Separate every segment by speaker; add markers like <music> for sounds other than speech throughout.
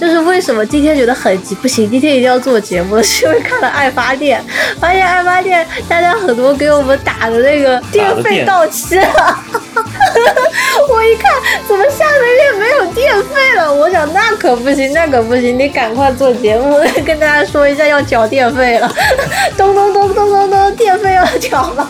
Speaker 1: 就是为什么今天觉得很急，不行，今天一定要做节目，是因为看了爱发电，发现爱发电大家很多给我们打的那个电费到期了。 <laughs> 我一看，怎么下个月没有电费了？我想那可不行，那可不行，得赶快做节目，跟大家说一下要缴电费了。 <laughs> 咚咚咚咚咚咚，电费要缴了。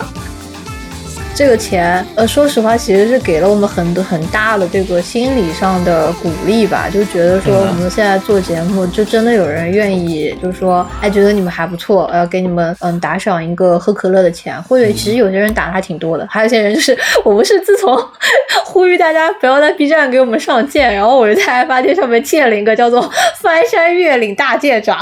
Speaker 1: 这个钱，呃，说实话，其实是给了我们很多很大的这个心理上的鼓励吧，就觉得说我们现在做节目，就真的有人愿意，就是说，哎，觉得你们还不错，呃，给你们嗯打赏一个喝可乐的钱，或者其实有些人嗯打的还呃挺多的，还有些人就是我们是自从呼吁大家不要在 B 站给我们上剑，然后我就在爱发电上面建了一个叫做 <laughs> “翻山越岭大舰长”，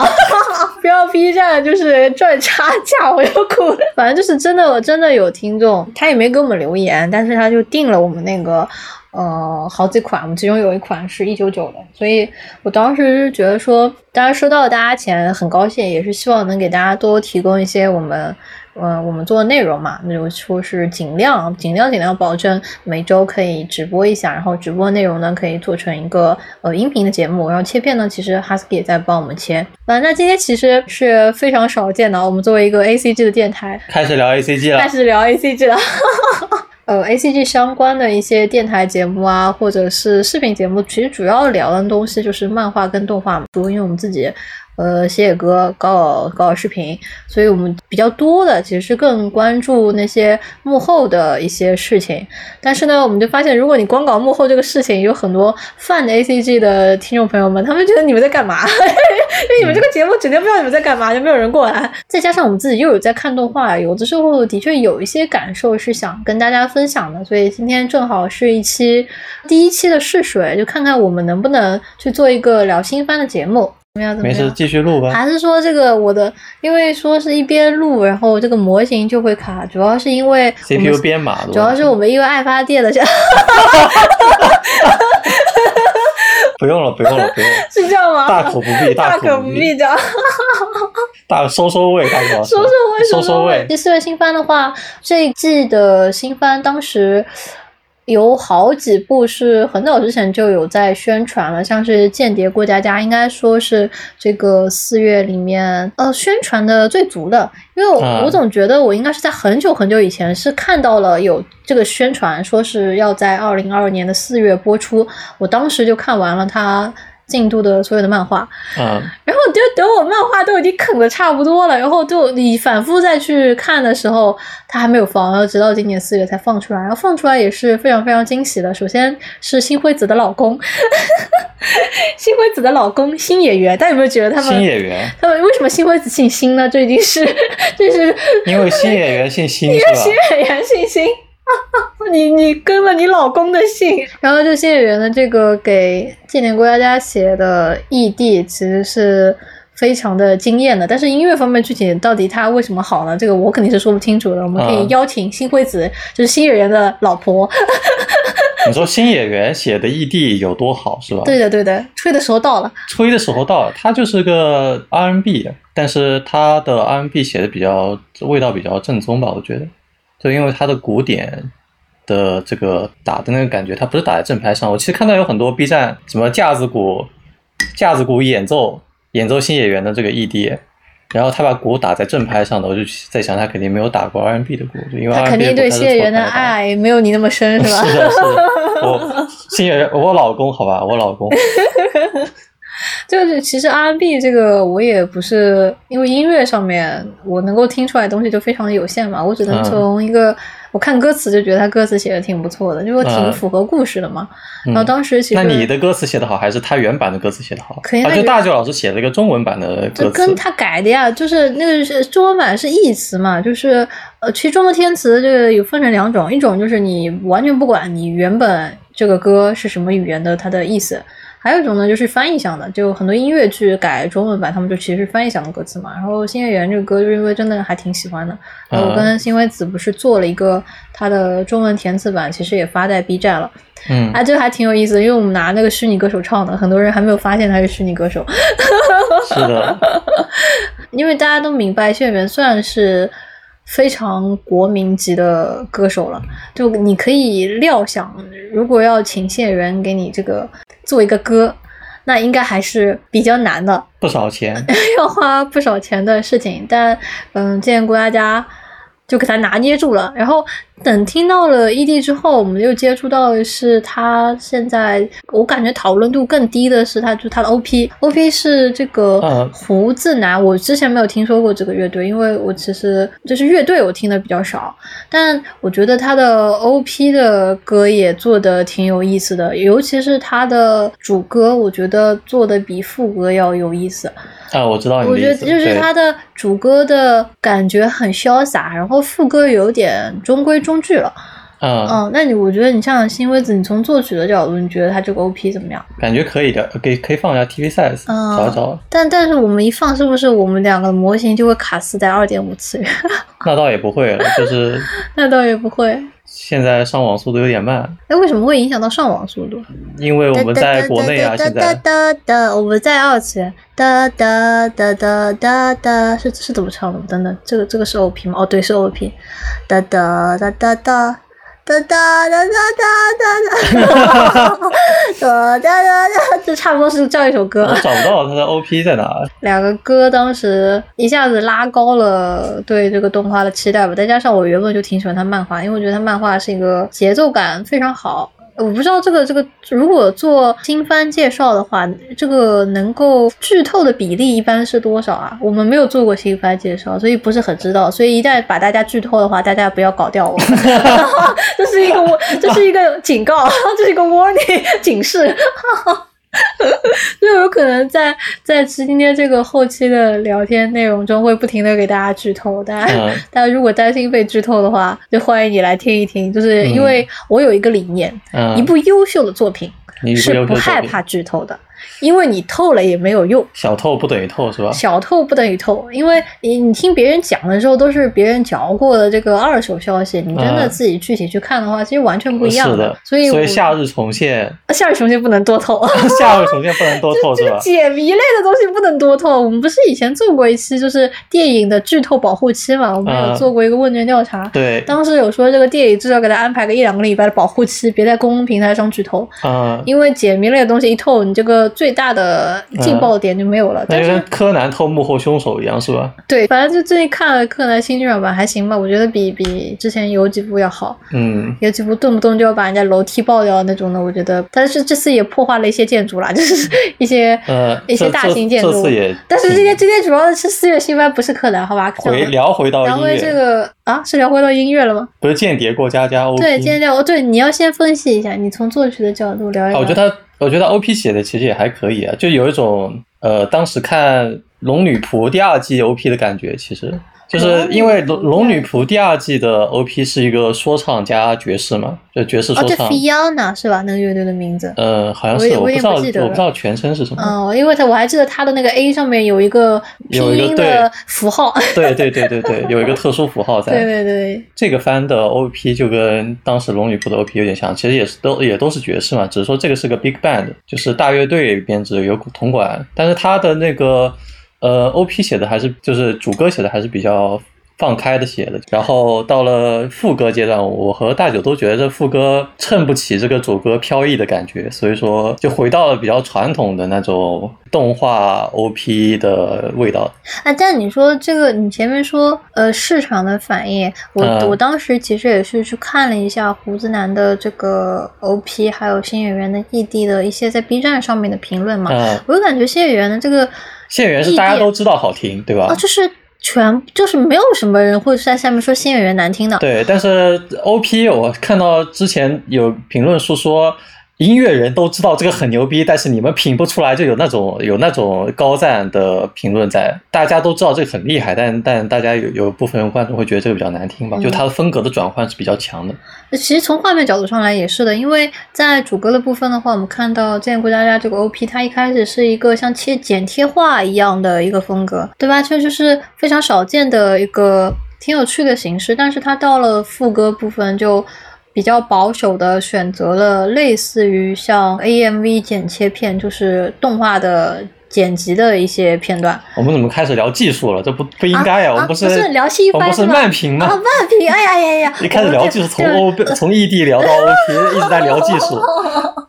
Speaker 1: <laughs> 不要 B 站就是赚差价，我就哭了。 <laughs> 反正就是真的，真的有听众，他也没给我们留言，但是他就订了我们那个。呃，好几款，我们其中有一款是一九九的，所以我当时是觉得说，当然收到大家钱很高兴，也是希望能给大家多提供一些我们，呃，我们做的内容嘛，那就说是尽量尽量尽量保证每周可以直播一下，然后直播内容呢可以做成一个呃音频的节目，然后切片呢，其实 Husky 也在帮我们切。啊，那今天其实是非常少见的，啊我们作为一个 ACG 的电台，
Speaker 2: 开始聊 A C G 了
Speaker 1: 开。始聊 ACG 了。 <laughs> 呃，A C G 相关的一些电台节目啊，或者是视频节目，其实主要聊的东西就是漫画跟动画嘛。因为我们自己，呃，写写歌、搞搞搞搞视频，所以我们比较多的其实是更关注那些幕后的一些事情。但是呢，我们就发现，如果你光搞幕后这个事情，有很多泛 A C G 的听众朋友们，他们觉得你们在干嘛？ <laughs> 因为你们这个节目指定不知道你们在干嘛，就没有人过来。再加上我们自己又有在看动画，有的时候的确有一些感受是想跟大家分享的，所以今天正好是一期第一期的试水，就看看我们能不能去做一个聊新番的节目，怎么样？怎么
Speaker 2: 没事，
Speaker 1: 样？
Speaker 2: 继续录吧。
Speaker 1: 还是说这个我的，因为说是一边录，然后这个模型就会卡，主要是因为我
Speaker 2: C P
Speaker 1: 们
Speaker 2: U 编码的，
Speaker 1: 主要是我们因为爱发电的，是，
Speaker 2: 不用了，不用了，不用了
Speaker 1: <laughs> 是这样吗？
Speaker 2: 大可不必，
Speaker 1: 大
Speaker 2: 可
Speaker 1: 可
Speaker 2: 不
Speaker 1: 不必，这样。
Speaker 2: 大收收位，大可
Speaker 1: 收收位，
Speaker 2: 收
Speaker 1: 收
Speaker 2: 收位
Speaker 1: 第四位新番的话，这一季的新番当时有好几部是很早之前就有在宣传了，像是《间谍过家家》，应该说是这个四月里面呃宣传的最足的，因为我、
Speaker 2: 嗯
Speaker 1: 我总觉得我应该是在很久很久以前是看到了有这个宣传，说是要在二零二二年的四月播出，我当时就看完了它进度的所有的漫画，
Speaker 2: 嗯，
Speaker 1: 然后就等我漫画都已经啃的差不多了，然后就你反复再去看的时候，它还没有放，然后直到今年四月才放出来，然后放出来也是非常非常惊喜的。首先是新辉子的老公， <laughs> 新辉子的老公新演员，大家有没有觉得他
Speaker 2: 新
Speaker 1: 们
Speaker 2: 演员，
Speaker 1: 他们为什么新辉子姓新呢？这已经是这是
Speaker 2: 因为新演员姓辛是
Speaker 1: 新
Speaker 2: 吧？
Speaker 1: 演员姓新。 <laughs> 你你跟了你老公的姓，然后这新演员的这个给《间谍过家家》写的异地其实是非常的惊艳的，但是音乐方面具体到底他为什么好呢？这个我肯定是说不清楚的。我们可以
Speaker 2: 嗯
Speaker 1: 邀请新惠子，就是新演员的老婆，
Speaker 2: 你说新演员写的异地有多好是吧？
Speaker 1: 对的对的，吹的时候到了，
Speaker 2: 吹的时候到了，他就是个 R&B，但是他的 R&B 写的比较味道比较正宗吧，我觉得，就因为他的鼓点的这个打的那个感觉，他不是打在正拍上。我其实看到有很多 B 站什么架子鼓、架子鼓演奏演奏新演员的这个 ED。然后他把鼓打在正拍上的，我就在想他肯定没有打过 R&B 的鼓，因为
Speaker 1: 他
Speaker 2: R&B
Speaker 1: 肯定
Speaker 2: 的鼓
Speaker 1: 对
Speaker 2: 它是
Speaker 1: 新演
Speaker 2: 错
Speaker 1: 啊员的
Speaker 2: 拍打
Speaker 1: 爱没有你那么深，是吧？
Speaker 2: <laughs> 是的，是的，我 <laughs> 新演员，我老公，好吧，我
Speaker 1: <laughs>
Speaker 2: 老公，
Speaker 1: 就是其实 R&B 这个我也不是因为音乐上面我能够听出来的东西就非常的有限嘛，我只能
Speaker 2: 嗯
Speaker 1: 从一个、我看歌词就觉得他歌词写的挺不错的，就是挺
Speaker 2: 嗯
Speaker 1: 符合故事的嘛。
Speaker 2: 嗯
Speaker 1: 然后当时其实
Speaker 2: 那你的歌词写得好，还是他原版的歌词写得好？
Speaker 1: 可以
Speaker 2: 啊，
Speaker 1: 那
Speaker 2: 就
Speaker 1: 就
Speaker 2: 大舅老师写了一个中文版的歌
Speaker 1: 就
Speaker 2: 词
Speaker 1: 跟，他改的呀，就是那个是中文版是译词嘛，就是呃，其实中文填词这个有分成两种，一种就是你完全不管你原本这个歌是什么语言的它的意思，还有一种呢就是翻译向的，就很多音乐剧改中文版，他们就其实是翻译向的歌词嘛。然后《新月圆》这个歌，就是因为真的还挺喜欢的，然
Speaker 2: 啊
Speaker 1: 后我跟新薇子不是做了一个他的中文填词版，其实也发在 B 站了。<laughs>
Speaker 2: 嗯，
Speaker 1: 啊，这个还挺有意思的，因为我们拿那个虚拟歌手唱的，很多人还没有发现他是虚拟歌手。
Speaker 2: 是的，
Speaker 1: 因为大家都明白，谢元算是非常国民级的歌手了，就你可以料想，如果要请谢元给你这个做一个歌，那应该还是比较难的，
Speaker 2: 不少钱。
Speaker 1: 要花不少钱的事情。但嗯，建议大家就给它拿捏住了。然后等听到了 ED 之后，我们又接触到的是他现在，我感觉讨论度更低的是他，就是他的 OP。OP 是这个
Speaker 2: 嗯
Speaker 1: 胡子男，我之前没有听说过这个乐队，因为我其实就是乐队我听的比较少，但我觉得他的 OP 的歌也做的挺有意思的，尤其是他的主歌，我觉得做的比副歌要有意思。
Speaker 2: 啊，我知道你
Speaker 1: 我
Speaker 2: 的
Speaker 1: 觉
Speaker 2: 意
Speaker 1: 得
Speaker 2: 思。
Speaker 1: 就是
Speaker 2: 对
Speaker 1: 他的主歌的感觉很潇洒，然后副歌有点中规中矩了。
Speaker 2: 嗯，
Speaker 1: 嗯，那你我觉得你像新微子，你从作曲的角度，你觉得他这个 OP 怎么样？
Speaker 2: 感觉可以的，可以可以放一下 TV size，
Speaker 1: 嗯
Speaker 2: 找一找。
Speaker 1: 但但是我们一放，是不是我们两个的模型就会卡死在二点五次元？ <laughs>
Speaker 2: 那倒也不会了，就是
Speaker 1: 那倒也不会。
Speaker 2: 现在上网速度有点慢，
Speaker 1: 哎，为什么会影响到上网速度？
Speaker 2: 因为我们在国内啊，
Speaker 1: 哒
Speaker 2: 现
Speaker 1: 哒哒
Speaker 2: 在
Speaker 1: 哒哒哒，我们在二次元。哒哒哒哒哒哒，是是怎么唱的？等等，这个这个是 OP 吗？哦，对，是 OP。哒哒哒哒哒。哒哒哒哒哒哒哒哒哒哒哒，这差不多是这样一首歌
Speaker 2: 我。找不到它的 OP 在哪。
Speaker 1: 两个歌当时一下子拉高了对这个动画的期待吧，再加上我原本就挺喜欢他漫画，因为我觉得他漫画是一个节奏感非常好。我不知道这个这个，如果做新番介绍的话，这个能够剧透的比例一般是多少啊？我们没有做过新番介绍，所以不是很知道。所以一旦把大家剧透的话，大家不要搞掉我。 <laughs> 这是一个我，这是一个警告， <laughs> 这是一个 warning <laughs> 警示。就有可能在在今天这个后期的聊天内容中，会不停的给大家剧透。大家、
Speaker 2: 嗯
Speaker 1: 大家如果担心被剧透的话，就欢迎你来听一听。就是因为我有一个理念，
Speaker 2: 嗯，
Speaker 1: 一部优秀的作品
Speaker 2: 你不
Speaker 1: 是
Speaker 2: 要
Speaker 1: 不
Speaker 2: 求
Speaker 1: 害
Speaker 2: 作品
Speaker 1: 怕剧透的，因为你透了也没有用。
Speaker 2: 小透不等于透是吧？
Speaker 1: 小透不等于透，因为你你听别人讲的时候都是别人嚼过的这个二手消息，你真的
Speaker 2: 嗯
Speaker 1: 自己具体去看的话，其实完全不一样
Speaker 2: 是的，
Speaker 1: 所以我
Speaker 2: 夏日重现， <laughs>
Speaker 1: 夏日重现不能多透。
Speaker 2: 夏日重现不能多透
Speaker 1: 这
Speaker 2: 是
Speaker 1: 个
Speaker 2: 吧？
Speaker 1: 解谜类的东西不能多透。我们不是以前做过一期就是电影的剧透保护期嘛？我们有
Speaker 2: 嗯
Speaker 1: 做过一个问卷调查，
Speaker 2: 对，
Speaker 1: 当时有说这个电影至少给他安排个一两个礼拜的保护期，别在公共平台上剧透，
Speaker 2: 嗯，
Speaker 1: 因为解谜类的东西一透，你这个最大的劲爆点就没有了。
Speaker 2: 那
Speaker 1: 但
Speaker 2: 就跟
Speaker 1: 是
Speaker 2: 柯南透幕后凶手一样是吧？
Speaker 1: 对，反正就最近看了柯南新剧场版还行吧，我觉得比比之前有几部要好。
Speaker 2: 嗯，
Speaker 1: 有几部动不动就要把人家楼梯爆掉那种的，我觉得，但是这次也破坏了一些建筑啦， <laughs> 就是一些、
Speaker 2: 呃，
Speaker 1: 一些
Speaker 2: 这
Speaker 1: 大
Speaker 2: 这
Speaker 1: 型建筑。
Speaker 2: 这次也，
Speaker 1: 但是今天今天主要的啊是四月新番，不是柯南，好吧？
Speaker 2: 回聊嗯回到
Speaker 1: 然后
Speaker 2: 音
Speaker 1: 这
Speaker 2: 乐，
Speaker 1: 个啊，是聊回到音乐了吗？
Speaker 2: 不是间谍过家家 OP，
Speaker 1: 对，今天聊哦，对，你要先分析一下，你从作曲的角度聊一
Speaker 2: 啊
Speaker 1: 聊。
Speaker 2: 我觉得他，我觉得 OP 写的其实也还可以啊，就有一种呃，当时看《龙女仆》第二季 OP 的感觉，其实就是因为《龙
Speaker 1: 龙
Speaker 2: 龙
Speaker 1: 女仆
Speaker 2: 女仆》第二季的 OP 是一个说唱加爵士嘛，就爵士
Speaker 1: 哦，
Speaker 2: 说
Speaker 1: 对
Speaker 2: 唱，
Speaker 1: ，Fiona 是吧？那个乐队的名字。
Speaker 2: 呃，好像
Speaker 1: 我也
Speaker 2: 是
Speaker 1: 我
Speaker 2: 我不
Speaker 1: 也
Speaker 2: 知
Speaker 1: 不
Speaker 2: 道，
Speaker 1: 记得
Speaker 2: 我
Speaker 1: 了
Speaker 2: 不知道全称是什么。
Speaker 1: 哦，因为他我还记得他的那个 A 上面有一个拼
Speaker 2: 有一个
Speaker 1: 音的符
Speaker 2: <laughs>
Speaker 1: 号。 <laughs>
Speaker 2: 对对对对对，有一个特殊符号在。
Speaker 1: 对对对，
Speaker 2: 这个番的 OP 就跟当时《龙女仆》的 OP 有点像，其实也是都也都是爵士嘛，只是说这个是个 big band，就是大乐队编制有铜管，但是它的那个呃 OP 写的还是就是主歌写的还是比较放开的写的，然后到了副歌阶段，我和大九都觉得这副歌衬不起这个主歌飘逸的感觉，所以说就回到了比较传统的那种动画 OP 的味道。
Speaker 1: 啊，但你说这个，你前面说呃市场的反应，我、
Speaker 2: 嗯
Speaker 1: 我当时其实也是去看了一下胡子男的这个 OP，还有新演员的异地的一些在 B 站上面的评论嘛，
Speaker 2: 嗯，
Speaker 1: 我就感觉新演员的这个
Speaker 2: 谢元是大家都知道好听，对吧？
Speaker 1: 哦，就是全就是没有什么人会在下面说新演员难 <laughs> 听的。
Speaker 2: 对，但是 OP 我看到之前有评论说说。音乐人都知道这个很牛逼，但是你们品不出来，就有那种有那种高赞的评论在。大家都知道这个很厉害，但但大家有有部分观众会觉得这个比较难听吧？
Speaker 1: 嗯
Speaker 2: 就它的风格的转换是比较强的。
Speaker 1: 其实从画面角度上来也是的，因为在主歌的部分的话，我们看到《建国家家》这个 OP，它一开始是一个像贴剪贴画一样的一个风格，对吧？这就是非常少见的一个挺有趣的形式，但是它到了副歌部分就。比较保守的选择了类似于像 AMV 剪切片，就是动画的剪辑的一些片段。
Speaker 2: 我们怎么开始聊技术了？这不不应该呀、
Speaker 1: 啊
Speaker 2: 我们
Speaker 1: 不
Speaker 2: 是
Speaker 1: 是聊新
Speaker 2: 我们
Speaker 1: 番
Speaker 2: 不是
Speaker 1: 吗
Speaker 2: 慢评吗？
Speaker 1: 啊，万平，哎呀哎呀哎呀！
Speaker 2: <laughs> 一开始
Speaker 1: 我们
Speaker 2: 聊
Speaker 1: 这
Speaker 2: 技术，从
Speaker 1: 这
Speaker 2: O 从异地聊到 OP，一直在聊技
Speaker 1: <laughs>
Speaker 2: 术。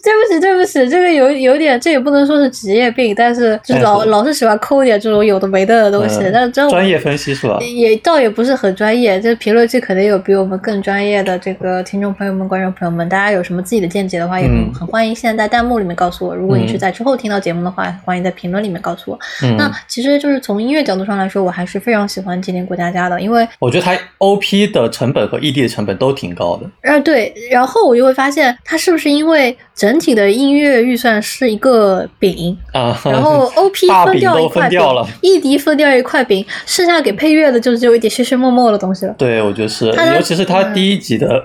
Speaker 1: 对不起，对不起，这个有有点，这也不能说是职业病，但是就
Speaker 2: 但
Speaker 1: 老
Speaker 2: 嗯是
Speaker 1: 老是喜欢抠一点这种有的没的的东西。
Speaker 2: 嗯
Speaker 1: 但真
Speaker 2: 专业分析是吧？
Speaker 1: 也倒也不是很专业，这评论区肯定有比我们更专业的这个听众朋友们、观众朋友们，大家有什么自己的见解的话，也很、
Speaker 2: 嗯
Speaker 1: 很欢迎现在在弹幕里面告诉我。如果你是
Speaker 2: 嗯
Speaker 1: 在之后听到节目的话，欢迎在评论里面告诉我。
Speaker 2: 嗯，
Speaker 1: 那其实就是从音乐角度上来说，我还是非常喜欢《经典过家家》的，因为
Speaker 2: 我觉得它 OP 的成本和异地的成本都挺高的。
Speaker 1: 呃，对，然后我就会发现，它是不是因为整体的音乐预算是一个饼，
Speaker 2: 啊，
Speaker 1: 然后 OP
Speaker 2: 大
Speaker 1: 分
Speaker 2: 饼
Speaker 1: 掉一
Speaker 2: 都
Speaker 1: 块
Speaker 2: 分掉了
Speaker 1: 饼，E D 分掉一块饼，剩下给配乐的就只有一点血血沫沫的东西了。
Speaker 2: <laughs> 对，我觉得是
Speaker 1: 它，
Speaker 2: 尤其是它
Speaker 1: 嗯
Speaker 2: 第一集的，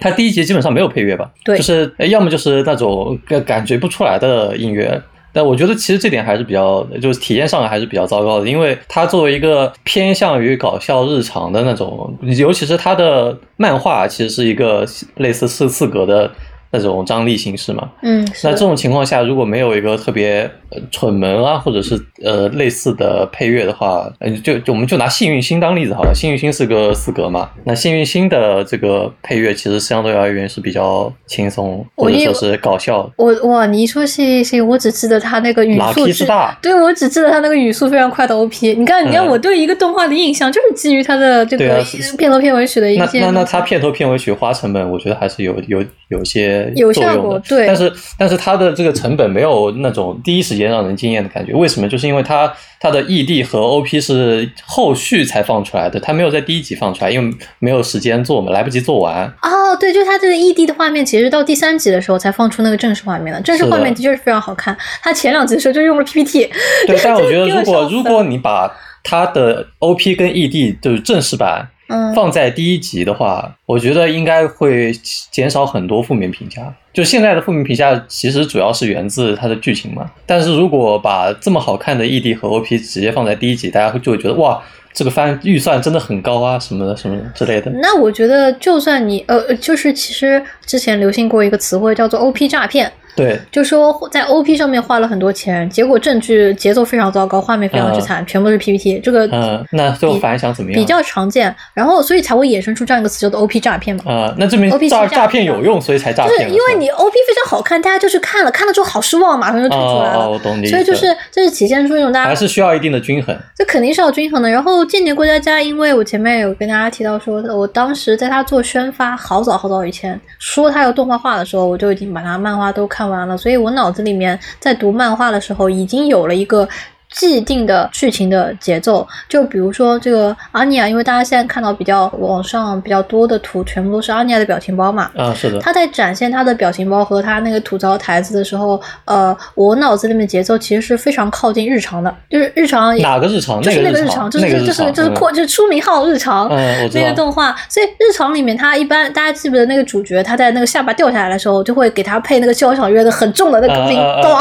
Speaker 2: 它第一集基本上没有配乐吧？
Speaker 1: 对
Speaker 2: 就是呃要么就是那种呃感觉不出来的音乐。但我觉得其实这点还是比较，就是体验上还是比较糟糕的，因为它作为一个偏向于搞笑日常的那种，尤其是它的漫画其实是一个类似四四格的那种张力形式嘛，
Speaker 1: 嗯，是
Speaker 2: 那
Speaker 1: 的
Speaker 2: 这种情况下，如果没有一个特别呃蠢萌啊，或者是呃类似的配乐的话，呃就就我们就拿幸运星当例子好了。幸运星是个四格嘛，那幸运星的这个配乐其实相对而言是比较轻松，
Speaker 1: 我
Speaker 2: 或者
Speaker 1: 也
Speaker 2: 说是搞笑，
Speaker 1: 我哇，你一说谢谢，我只记得他那个语
Speaker 2: 拉
Speaker 1: 速
Speaker 2: 皮之
Speaker 1: 是。
Speaker 2: 大。
Speaker 1: 对，我只记得他那个语速非常快的 OP。你看，你看，
Speaker 2: 嗯
Speaker 1: 我对一个动画的印象就是基于他的这
Speaker 2: 对
Speaker 1: 个
Speaker 2: 啊是
Speaker 1: 片头片尾曲的一
Speaker 2: 那
Speaker 1: 些。
Speaker 2: 那那它片头片尾曲花成本，我觉得还是有有有些
Speaker 1: 有
Speaker 2: 作
Speaker 1: 效
Speaker 2: 用
Speaker 1: 果
Speaker 2: 的。
Speaker 1: 对
Speaker 2: 但是但是它的这个成本没有那种第一时间让人惊艳的感觉。为什么？就是因为它它的 ED 和 OP 是后续才放出来的，它没有在第一集放出来，因为没有时间做嘛，来不及做完。
Speaker 1: 哦，对，就是他这个 ED 的画面，其实到第三集的时候才放出那个正式画面的。正式
Speaker 2: 是的
Speaker 1: 画面的确是非常好看，他前两集的时候就用了 PPT。
Speaker 2: 对，但我觉得
Speaker 1: 这个
Speaker 2: 如
Speaker 1: 给我笑
Speaker 2: 果
Speaker 1: 死
Speaker 2: 如果你把它的 OP 跟 ED 就是正式版
Speaker 1: 嗯，
Speaker 2: 放在第一集的话，我觉得应该会减少很多负面评价。就现在的负面评价其实主要是源自它的剧情嘛。但是如果把这么好看的 ED 和 OP 直接放在第一集，大家会就会觉得哇，这个番预算真的很高啊，什么的什么之类的。
Speaker 1: 那我觉得，就算你呃，就是其实之前流行过一个词汇叫做 OP 诈骗，
Speaker 2: 对，
Speaker 1: 就说在 OP 上面花了很多钱，结果证据节奏非常糟糕，画面非常之惨，全部是 PPT，这个
Speaker 2: 嗯、那最后反响怎么样？
Speaker 1: 比较常见，然后所以才会衍生出这样一个词叫做 OP 诈骗嘛。
Speaker 2: 啊、那证明
Speaker 1: OP 是诈
Speaker 2: 诈诈骗
Speaker 1: 骗的
Speaker 2: 有用，所以才诈
Speaker 1: 就是
Speaker 2: 骗了。
Speaker 1: 因为
Speaker 2: 吧
Speaker 1: 你 OP 非常好看，大家就去看了，看了之后好失望，马上就退出来
Speaker 2: 哦哦，
Speaker 1: 了。
Speaker 2: 我懂你的意思。
Speaker 1: 所以就是啊这是体现出一种大
Speaker 2: 还
Speaker 1: 家
Speaker 2: 是需要一定的均衡。
Speaker 1: 这肯定是要均衡的。然后《间谍过家家》，因为我前面有跟大家提到说，我当时在他做宣发好早好早以前说他要动画化的时候，我就已经把他漫画都看完了，所以我脑子里面在读漫画的时候已经有了一个。既定的剧情的节奏，就比如说这个阿尼亚，因为大家现在看到比较网上比较多的图，全部都是阿尼亚的表情包嘛，
Speaker 2: 啊，是的，
Speaker 1: 他在展现他的表情包和他那个吐槽台词的时候，呃，我脑子里面的节奏其实是非常靠近日常的，就是日常也
Speaker 2: 哪个日常？
Speaker 1: 就是那
Speaker 2: 个
Speaker 1: 个日常，就是
Speaker 2: 哦那个
Speaker 1: 就是就是就是
Speaker 2: 嗯
Speaker 1: 扩就是出名号日常。
Speaker 2: 嗯，我知
Speaker 1: 那
Speaker 2: 道。
Speaker 1: 个动画，所以日常里面，他一般大家记不得那个主角，他在那个下巴掉下来的时候，就会给他配那个交响乐的很重
Speaker 2: 嗯
Speaker 1: 的那个叮咚，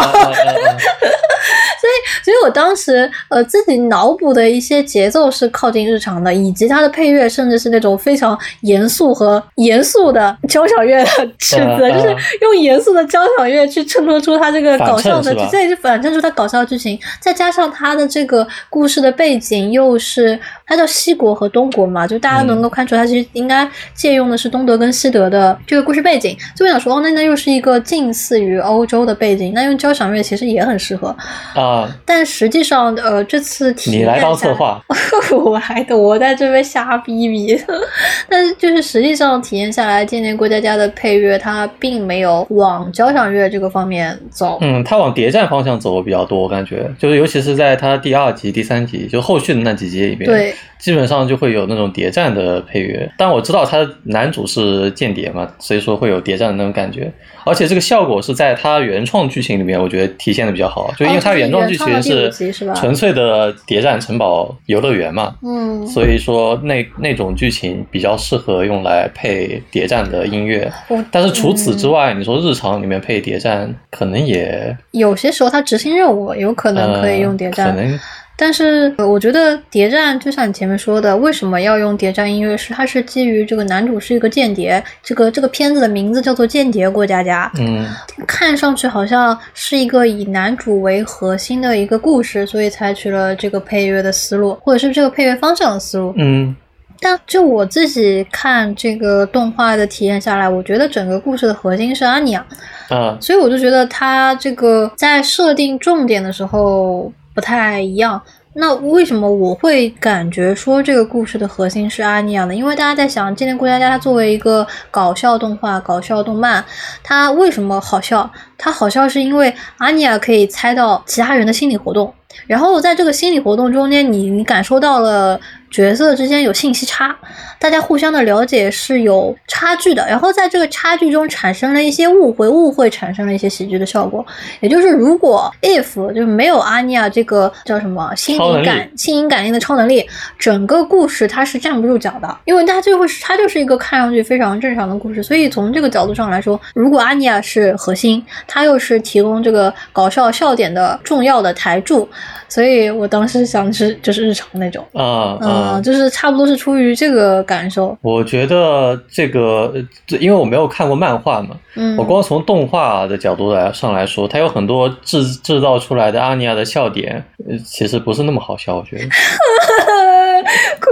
Speaker 1: 所以我当时呃自己脑补的一些节奏是靠近日常的，以及它的配乐甚至是那种非常严肃和严肃的交响乐的 <laughs> 曲
Speaker 2: 嗯
Speaker 1: 子，
Speaker 2: 嗯
Speaker 1: 就是用严肃的交响乐去衬托出它这个搞笑的
Speaker 2: 反衬是吧
Speaker 1: 剧，这也是反衬出它搞笑的剧情，再加上它的这个故事的背景又是它叫西国和东国嘛，就大家能
Speaker 2: 嗯
Speaker 1: 够看出它其实应该借用的是东德跟西德的这个故事背景，就会想说哦，那那又是一个近似于欧洲的背景，那用交响乐其实也很适合。
Speaker 2: 啊，
Speaker 1: 但实际上，呃，这次体
Speaker 2: 你
Speaker 1: 验
Speaker 2: 来当
Speaker 1: 下
Speaker 2: 策
Speaker 1: 来，
Speaker 2: 划，
Speaker 1: <laughs> 我还得我在这边瞎逼逼。 <laughs> 但是就是实际上体验下来，《今年过家家》的配乐它并没有往交响乐这个方面走。
Speaker 2: 嗯，他往谍战方向走的比较多，我感觉就是尤其是在他第二集、第三集，就后续的那几集里面，
Speaker 1: 对，
Speaker 2: 基本上就会有那种谍战的配乐。但我知道他男主是间谍嘛，所以说会有谍战的那种感觉。而且这个效果是在他原创剧情里面，我觉得体现的比较好，就因为
Speaker 1: 哦就
Speaker 2: 他
Speaker 1: 是
Speaker 2: 创
Speaker 1: 原
Speaker 2: 剧
Speaker 1: 创的
Speaker 2: 情
Speaker 1: 第五集是吧
Speaker 2: 纯粹的谍战城堡游乐园嘛，
Speaker 1: 嗯，
Speaker 2: 所以说那那种剧情比较适合用来配谍战的音乐
Speaker 1: 我，嗯
Speaker 2: 但是除此之外，你说日常里面配谍战可能也
Speaker 1: 有些时候它执行任务有可能可以用谍
Speaker 2: 呃
Speaker 1: 战，
Speaker 2: 可能
Speaker 1: 但是呃我觉得《谍战》就像你前面说的，为什么要用谍战音乐？是它是基于这个男主是一个间谍，这个这个片子的名字叫做《间谍过家家》。
Speaker 2: 嗯，
Speaker 1: 看上去好像是一个以男主为核心的一个故事，所以采取了这个配乐的思路，或者是这个配乐方向的思路。
Speaker 2: 嗯，
Speaker 1: 但就我自己看这个动画的体验下来，我觉得整个故事的核心是阿尼亚，
Speaker 2: 啊，
Speaker 1: 所以我就觉得他这个在设定重点的时候不太一样。那为什么我会感觉说这个故事的核心是阿尼亚呢？因为大家在想《间谍过家家》它作为一个搞笑动画、搞笑动漫，它为什么好笑？它好笑是因为阿尼亚可以猜到其他人的心理活动，然后在这个心理活动中间，你你感受到了角色之间有信息差，大家互相的了解是有差距的，然后在这个差距中产生了一些误会，误会产生了一些喜剧的效果。也就是如果 if 就是没有阿尼亚这个叫什么心
Speaker 2: 超能
Speaker 1: 灵
Speaker 2: 力
Speaker 1: 感、心灵感应的超能力，整个故事它是站不住脚的，因为它最后是它就是一个看上去非常正常的故事。所以从这个角度上来说，如果阿尼亚是核心，它又是提供这个搞笑笑点的重要的台柱，所以我当时想的是就是日常那种。
Speaker 2: 啊，
Speaker 1: 嗯，
Speaker 2: 啊。
Speaker 1: 就是差不多是出于这个感受，
Speaker 2: 我觉得这个，呃这因为我没有看过漫画嘛，
Speaker 1: 嗯，
Speaker 2: 我光从动画的角度来上来说，它有很多制制造出来的阿尼亚的笑点，呃其实不是那么好笑，我觉得
Speaker 1: <laughs> 哭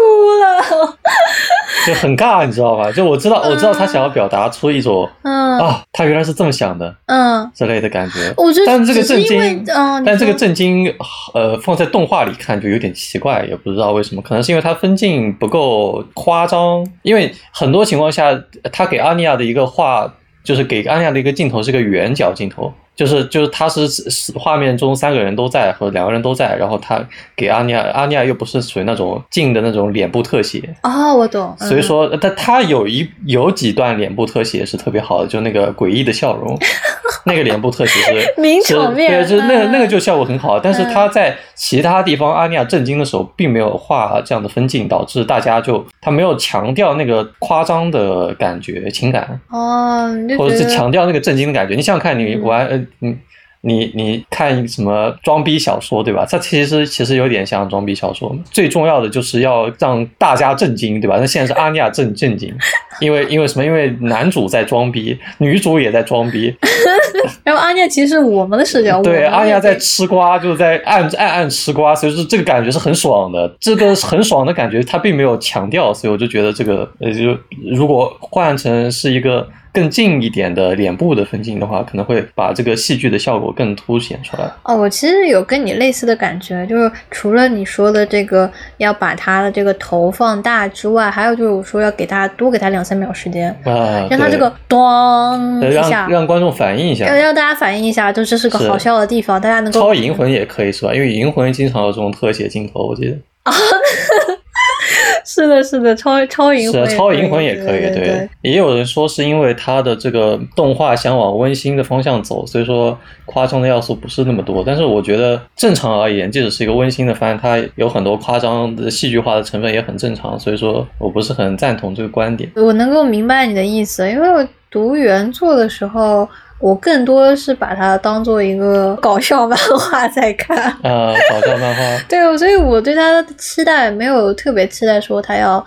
Speaker 1: 了，
Speaker 2: 就很尬，你知道吧？就我知道，我知道他想要表达出一种
Speaker 1: 嗯
Speaker 2: 啊，他原来是这么想的
Speaker 1: 嗯，
Speaker 2: 之类的感觉。
Speaker 1: 我觉得
Speaker 2: 但这个
Speaker 1: 只是
Speaker 2: 震
Speaker 1: 因为
Speaker 2: 惊，
Speaker 1: 嗯，你
Speaker 2: 但这个
Speaker 1: 说
Speaker 2: 震惊，呃，放在动画里看就有点奇怪，也不知道为什么，可能是因为它分镜不够夸张，因为很多情况下，他给阿尼亚的一个画，就是给阿尼亚的一个镜头是个圆角镜头，就是就是他是是画面中三个人都在和两个人都在，然后他给阿尼亚，阿尼亚又不是属于那种近的那种脸部特写。
Speaker 1: 哦，我懂，
Speaker 2: 所以
Speaker 1: 嗯
Speaker 2: 说，但他有一有几段脸部特写是特别好的，就那个诡异的笑
Speaker 1: <laughs>
Speaker 2: 容，那个脸部特写是
Speaker 1: 名
Speaker 2: 是
Speaker 1: 场面，
Speaker 2: 对，就那个那个
Speaker 1: 嗯
Speaker 2: 就效果很好。但是
Speaker 1: 嗯
Speaker 2: 他在其他地方阿尼亚震惊的时候，并没有画这样的分镜，导致大家就他没有强调那个夸张的感觉、情感，
Speaker 1: 哦，你就
Speaker 2: 或者
Speaker 1: 觉
Speaker 2: 是
Speaker 1: 得
Speaker 2: 强调那个震惊的感觉。你想想看，你
Speaker 1: 嗯
Speaker 2: 玩呃你。你你看什么装逼小说对吧？它其实其实有点像装逼小说嘛。最重要的就是要让大家震惊对吧？那现在是阿尼亚震震惊，因为因为什么？因为男主在装逼，女主也在装逼，
Speaker 1: 然后阿念其实是我们的视角，
Speaker 2: <laughs> 对，阿
Speaker 1: 亚
Speaker 2: 亚在吃瓜，就是在暗暗暗吃瓜，所以说这个感觉是很爽的。这个很爽的感觉，他并没有强调，所以我就觉得这个呃，就如果换成是一个更近一点的脸部的分镜的话，可能会把这个戏剧的效果更凸显出来。
Speaker 1: 哦，我其实有跟你类似的感觉，就是除了你说的这个要把他的这个头放大之外，还有就是我说要给他多给他两三秒时间，
Speaker 2: 啊、
Speaker 1: 让他这个嗯咚
Speaker 2: 对
Speaker 1: 一
Speaker 2: 呃
Speaker 1: 下
Speaker 2: 让，让观众反应一下
Speaker 1: 要。让大家反应一下，就这是个
Speaker 2: 是
Speaker 1: 好笑的地方，大家能够
Speaker 2: 超银魂也可以是吧？因为银魂经常有这种特写镜头，我记得。
Speaker 1: 是的，是的，超超银
Speaker 2: 是
Speaker 1: 魂
Speaker 2: 啊，
Speaker 1: 也可以，
Speaker 2: 超银魂也可以，
Speaker 1: 对对，
Speaker 2: 也有人说是因为它的这个动画想往温馨的方向走，所以说夸张的要素不是那么多。但是我觉得正常而言，即使是一个温馨的番，它有很多夸张的戏剧化的成分也很正常，所以说我不是很赞同这个观
Speaker 1: <laughs>
Speaker 2: 点。
Speaker 1: 我能够明白你的意思，因为我读原作的时候，我更多是把它当做一个搞笑漫画在看。 <laughs>
Speaker 2: 呃，搞笑漫画
Speaker 1: 对，所以我对他的期待没有特别期待说他要，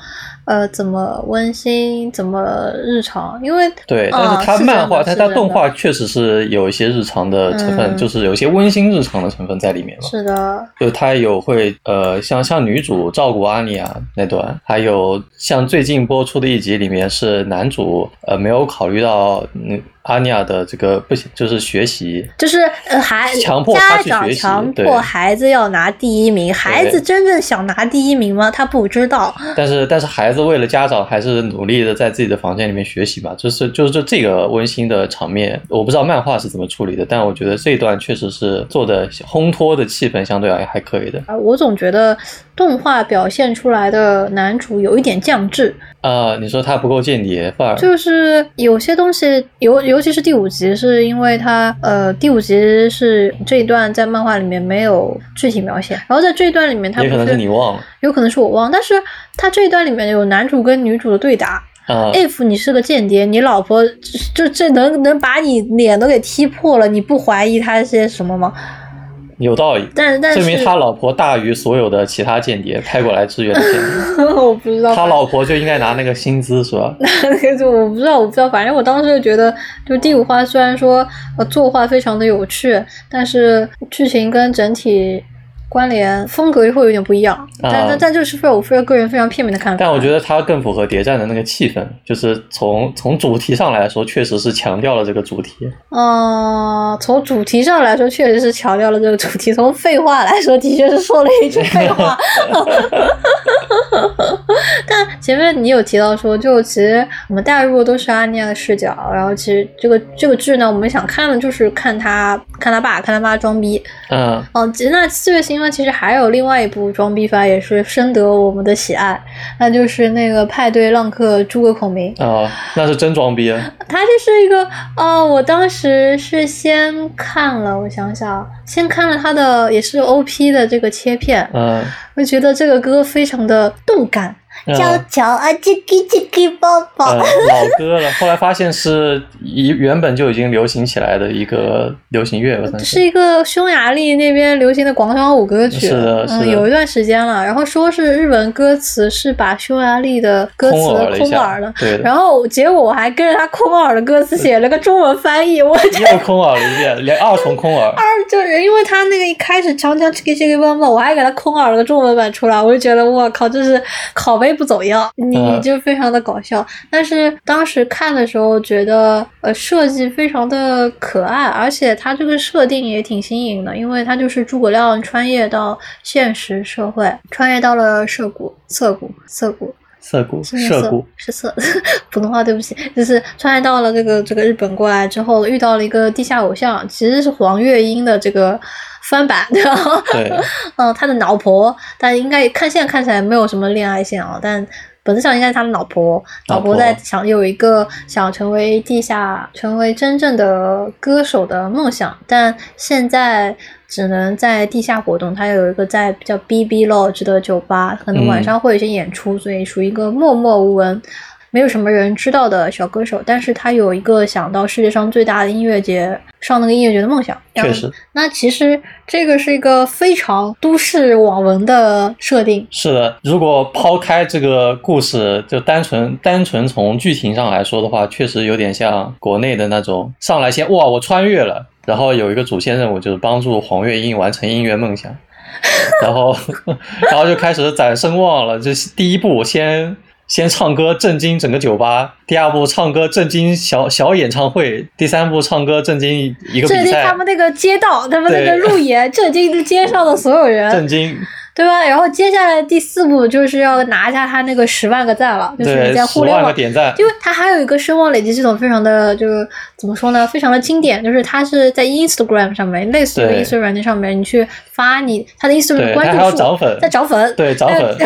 Speaker 1: 呃，怎么温馨，怎么日常，因为
Speaker 2: 对，但
Speaker 1: 啊
Speaker 2: 是它
Speaker 1: 是
Speaker 2: 漫
Speaker 1: 真
Speaker 2: 画，
Speaker 1: 的
Speaker 2: 它
Speaker 1: 是
Speaker 2: 它
Speaker 1: 真
Speaker 2: 动
Speaker 1: 的
Speaker 2: 画确实是有一些日常的成分，
Speaker 1: 嗯
Speaker 2: 就是有一些温馨日常的成分在里面嘛。
Speaker 1: 是的，
Speaker 2: 就他有会呃，像像女主照顾阿尼亚那段，还有像最近播出的一集里面是男主呃没有考虑到嗯阿尼亚的这个不行，就是学习，
Speaker 1: 就是呃，孩
Speaker 2: 强迫
Speaker 1: 家
Speaker 2: 他去学
Speaker 1: 长
Speaker 2: 习
Speaker 1: 强
Speaker 2: 对
Speaker 1: 迫孩子要拿第一名，孩
Speaker 2: 对
Speaker 1: 子真正想拿第一名吗？他不知道。
Speaker 2: 但是但是孩子为了家长还是努力的在自己的房间里面学习吧，就是就是就这个温馨的场面，我不知道漫画是怎么处理的，但我觉得这一段确实是做的烘托的气氛相对而言还可以的。
Speaker 1: 啊，我总觉得动画表现出来的男主有一点降智，
Speaker 2: 呃，你说他不够间谍范儿，
Speaker 1: 就是有些东西，尤尤其是第五集，是因为它呃，第五集是这一段在漫画里面没有具体描写，然后在这一段里面，它
Speaker 2: 也
Speaker 1: 不
Speaker 2: 可能是你忘了
Speaker 1: 有可能是我忘，但是它这一段里面有男主跟女主的对答。
Speaker 2: 啊。
Speaker 1: if 你是个间谍，你老婆就这能能把你脸都给踢破了，你不怀疑她些什么吗？
Speaker 2: 有道理。
Speaker 1: 但但是
Speaker 2: 证明他老婆大于所有的其他间谍派过来支援的间
Speaker 1: <laughs>
Speaker 2: 谍，
Speaker 1: <laughs> 我不知道
Speaker 2: 他老婆就应该拿那个薪资是吧？
Speaker 1: 那 <laughs> 就我不知道，我不知道，反正我当时就觉得，就第五话虽然说呃作画非常的有趣，但是剧情跟整体关联风格会有点不一样。但但但这是非我非常个人非常片面的看法。
Speaker 2: 啊但我觉得它更符合谍战的那个气氛，就是从从主题上来说，确实是强调了这个主题。
Speaker 1: 嗯，从主题上来说，确实是强调了这个主题；从废话来说，的确是说了一句废话。 <laughs> 但前面你有提到说，就其实我们带入的都是阿尼亚的视角，然后其实这个这个剧呢，我们想看的就是看他看他爸看他妈装逼。
Speaker 2: 嗯，
Speaker 1: 哦，其实那《四月新番》其实还有另外一部装逼番，也是深得我们的喜爱，那就是那个派对浪客诸葛孔明。
Speaker 2: 哦，那是真装逼啊。
Speaker 1: 它这是一个哦，我当时是先看了，我想想啊，先看了它的也是 O P 的这个切片，
Speaker 2: 嗯，
Speaker 1: 我觉得这个歌非常的动感， <laughs>
Speaker 2: 嗯
Speaker 1: 叫乔啊，这个这个抱
Speaker 2: 呃
Speaker 1: 抱，
Speaker 2: 老歌了。后来发现是一原本就已经流行起来的一个流行乐吧，算
Speaker 1: 是一个匈牙利那边流行的广场舞歌曲，
Speaker 2: 是的是的
Speaker 1: 嗯，有一段时间了。然后说是日本歌词是把匈牙利的歌词
Speaker 2: 空耳了一
Speaker 1: 空
Speaker 2: 下
Speaker 1: 耳了，
Speaker 2: 对的
Speaker 1: 啊然后结果我还跟着他空耳的歌词写了个中文翻译，我
Speaker 2: 又空耳了一遍，连二重空
Speaker 1: <laughs>
Speaker 2: 耳。
Speaker 1: 就是因为他那个一开始锵锵 chiki chiki 蹦蹦，我还给他空耳了个中文版出来，我就觉得我靠，这是拷贝不走样，你
Speaker 2: 嗯
Speaker 1: 就非常的搞笑。但是当时看的时候觉得，呃，设计非常的可爱，而且它这个设定也挺新颖的，因为它就是诸葛亮穿越到现实社会，穿越到了涉谷、涩谷、涩谷。
Speaker 2: 涩谷，
Speaker 1: 是那
Speaker 2: 涩
Speaker 1: 色
Speaker 2: 谷，
Speaker 1: 是色， <laughs> 普通话对不起，就是穿越到了这个这个日本过来之后，遇到了一个地下偶像，其实是黄月英的这个翻版， <laughs> 然后
Speaker 2: 对，
Speaker 1: 嗯，她的老婆，但应该看现在看起来没有什么恋爱线啊，但本质上应该是她的老婆，老
Speaker 2: 老
Speaker 1: 婆
Speaker 2: 婆
Speaker 1: 在想有一个想成为地下、成为真正的歌手的梦想，但现在只能在地下活动。她有一个在叫 BB Lodge 的酒吧，可能晚
Speaker 2: 嗯
Speaker 1: 上会有一些演出，所以属于一个默默无闻。没有什么人知道的小歌手，但是她有一个想到世界上最大的音乐节上那个音乐节的梦想。然后
Speaker 2: 确实
Speaker 1: 那其实这个是一个非常都市网文的设定，
Speaker 2: 是的。如果抛开这个故事，就单纯单纯从剧情上来说的话，确实有点像国内的那种上来先哇，我穿越了，然后有一个主线任务就是帮助黄月英完成音乐梦想，然后 <laughs> 然后就开始攒声望了。这第一步先。先唱歌震惊整个酒吧，第二步唱歌震惊小小演唱会，第三步唱歌震惊一个
Speaker 1: 震
Speaker 2: 比
Speaker 1: 惊
Speaker 2: 赛，
Speaker 1: 他们那个街道，他们那个
Speaker 2: 对
Speaker 1: 路
Speaker 2: <laughs>
Speaker 1: 沿，震惊街上的所有人，
Speaker 2: 震惊
Speaker 1: 对吧？然后接下来第四步就是要拿下他那个十万个赞了，就是
Speaker 2: 对
Speaker 1: 你在
Speaker 2: 十
Speaker 1: 互联
Speaker 2: 万个
Speaker 1: 网。
Speaker 2: 点赞，
Speaker 1: 因为它还有一个声望累积系统，非常的就是怎么说呢，非常的经典，就是它是在 Instagram 上面，类似于
Speaker 2: 对
Speaker 1: Instagram 软件上面，你去发你它的 Instagram
Speaker 2: 对，
Speaker 1: 关
Speaker 2: 他还
Speaker 1: 注
Speaker 2: 要
Speaker 1: 数，
Speaker 2: 涨粉，
Speaker 1: 在呃涨粉，
Speaker 2: 对， <laughs> 涨粉，
Speaker 1: <laughs>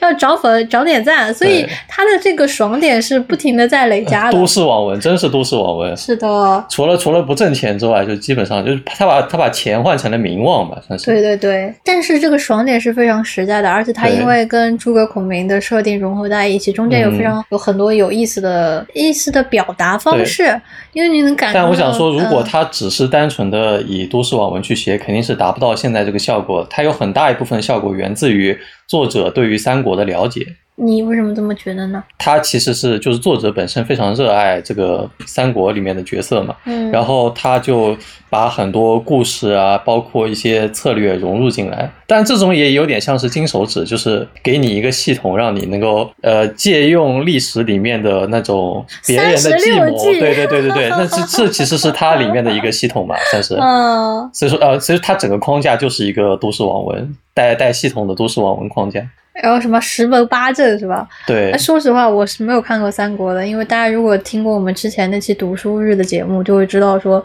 Speaker 1: 要涨粉涨点赞，所以
Speaker 2: 对
Speaker 1: 它的这个爽点是不停的在累加的。
Speaker 2: 都市网文真是都市网文。
Speaker 1: 是的，
Speaker 2: 除了除了不挣钱之外，就基本上就是他把他把钱换成了名望吧，算是。
Speaker 1: 对对对，但是这个爽点是非常实在的，而且它
Speaker 2: 对
Speaker 1: 因为跟诸葛孔明的设定融合在一起，中间有非
Speaker 2: 嗯
Speaker 1: 常、有很多有意思的意思的表达方式，因为你能感觉到。
Speaker 2: 但我想说，如果
Speaker 1: 嗯
Speaker 2: 他只是单纯的以都市网文去写，肯定是达不到现在这个效果。它有很大一部分效果源自于作者对于三国的了解。
Speaker 1: 你为什么这么觉得呢？
Speaker 2: 他其实是就是作者本身非常热爱这个三国里面的角色嘛，
Speaker 1: <laughs>
Speaker 2: <laughs>
Speaker 1: 嗯，
Speaker 2: 然后他就把很多故事啊，包括一些策略融入进来。但这种也有点像是金手指，就是给你一个系统，让你能够呃借用历史里面的那种别人的计
Speaker 1: 36
Speaker 2: 谋。
Speaker 1: 计
Speaker 2: 对对对对对，那这这其实是它里面的一个系统吧，算是。
Speaker 1: 嗯，
Speaker 2: 所以说呃，所以它整个框架就是一个都市网文带带系统的都市网文框架。
Speaker 1: 然后什么十门八阵是吧？
Speaker 2: 对
Speaker 1: 哎，说实话，我是没有看过三国的，因为大家如果听过我们之前那期读书日的节目，就会知道说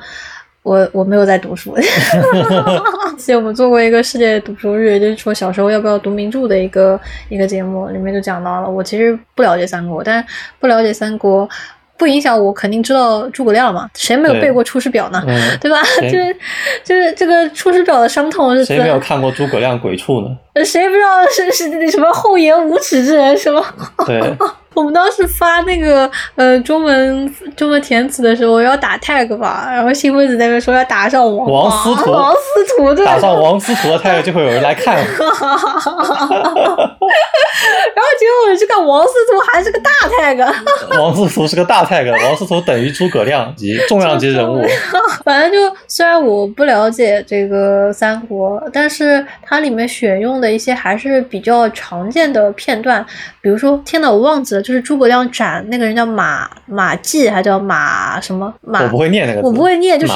Speaker 1: 我我没有在读
Speaker 2: <laughs>
Speaker 1: 书。之前我们做过一个世界读书日，就是说小时候要不要读名著的一个一个节目，里面就讲到了，我其实不了解三国，但不了解三国不影响我肯定知道诸葛亮嘛，谁没有
Speaker 2: 对
Speaker 1: 背过《出师表》呢？
Speaker 2: 嗯，
Speaker 1: 对吧？ <laughs>
Speaker 2: 谁
Speaker 1: 就是就是这个《出师表》的伤痛是呃
Speaker 2: 谁
Speaker 1: 怎
Speaker 2: 没有看过诸葛亮鬼畜呢？
Speaker 1: 谁不知道是是那什么厚颜无耻之人什么？
Speaker 2: 对，
Speaker 1: 我们当时发那个呃中文中文填词的时候要打 tag 吧，然后新妹子那边说要打上王
Speaker 2: 王思图，
Speaker 1: 王思图对， <laughs>
Speaker 2: 打上王思图的 tag 就会有人来看。然
Speaker 1: 后结果这个王思图还是个大 tag，
Speaker 2: <laughs> 王思图是个大 tag，王 <laughs> 思图等于诸葛亮级重量级人物。
Speaker 1: 反正就虽然我不了解这个三国，但是它里面选用的一些还是比较常见的片段，比如说天呐，我忘记了，就是诸葛亮斩那个人叫马马季，还叫马什么马？
Speaker 2: 我不会念那个字，
Speaker 1: 我不会念，就是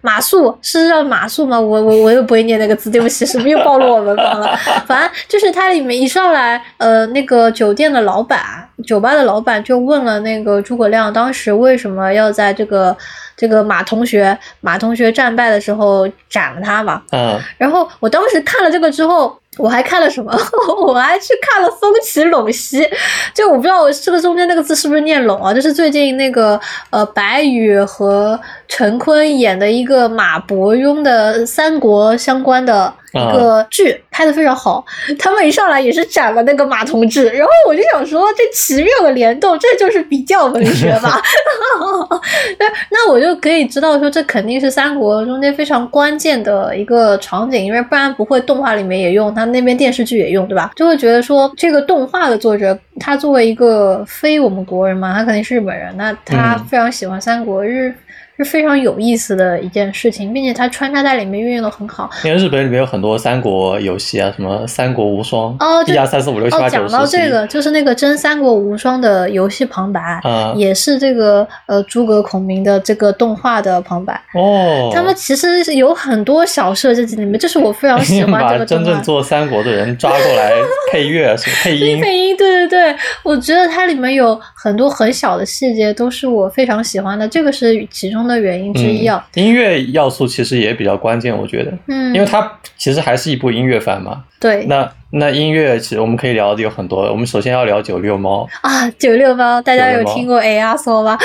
Speaker 1: 马谡是叫马谡吗？我我我又不会念那个字，对不起，是不是又暴露我们
Speaker 2: <laughs>
Speaker 1: 了？反正就是它里面一上来，呃，那个酒店的老板，酒吧的老板就问了那个诸葛亮当时为什么要在这个。这个马同学，马同学战败的时候斩了他嘛。
Speaker 2: 嗯。
Speaker 1: 然后我当时看了这个之后，我还看了什么？ <laughs> 我还去看了风起陇西。就我不知道我这个中间那个字是不是念陇啊？就是最近那个呃白宇和陈坤演的一个马伯庸的三国相关的一个剧，嗯、拍的非常好。他们一上来也是斩了那个马同志，然后我就想说这奇妙的联动，这就是比较文学吧。 <laughs> 那那我就。就可以知道说，这肯定是三国中间非常关键的一个场景，因为不然不会动画里面也用，他那边电视剧也用，对吧？就会觉得说，这个动画的作者他作为一个非我们国人嘛，他肯定是日本人，那他
Speaker 2: 嗯
Speaker 1: 非常喜欢三国日。嗯是非常有意思的一件事情，并且它穿插在里面运用的很好。
Speaker 2: 因为日本里面有很多三国游戏啊，什么《三国无双》
Speaker 1: 哦，
Speaker 2: 一二三四五六七八九
Speaker 1: 哦，讲到这个，就是那个《真三国无双》的游戏旁白，
Speaker 2: 嗯、
Speaker 1: 也是这个呃诸葛孔明的这个动画的旁白。
Speaker 2: 哦，
Speaker 1: 他们其实有很多小设计里面，这是我非常喜欢这
Speaker 2: <laughs> 个。把真正做三国的人抓过
Speaker 1: <laughs>
Speaker 2: 来配乐、配音、
Speaker 1: 配音，对对对，我觉得它里面有很多很小的细节，都是我非常喜欢的。这个是其中。的原因之一啊、
Speaker 2: 嗯，音乐要素其实也比较关键，我觉得，
Speaker 1: 嗯，
Speaker 2: 因为它其实还是一部音乐番嘛。
Speaker 1: 对，
Speaker 2: 那那音乐其实我们可以聊的有很多，我们首先要聊九六猫
Speaker 1: 啊，九六猫，大家有听过 A R 说吗？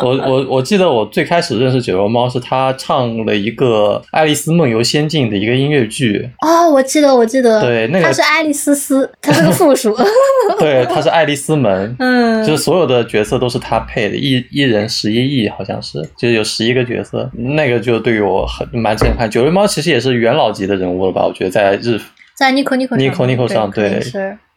Speaker 2: 我我我记得我最开始认识九六猫是他唱了一个《爱丽丝梦游仙境》的一个音乐
Speaker 1: <laughs>
Speaker 2: 剧
Speaker 1: 哦，我记得我记得，
Speaker 2: 对，那个
Speaker 1: 他是爱丽丝丝，他是个附
Speaker 2: <laughs>
Speaker 1: 属，
Speaker 2: 对，他是爱丽丝门，
Speaker 1: 嗯，
Speaker 2: 就是所有的角色都是他配的，一一人十一亿好像是，就是有十一个角色，那个就对于我很蛮震撼。九六猫其实也是元老级的人物了吧？我觉得在日
Speaker 1: 在 Nico Nico
Speaker 2: Nico Nico 上
Speaker 1: 对。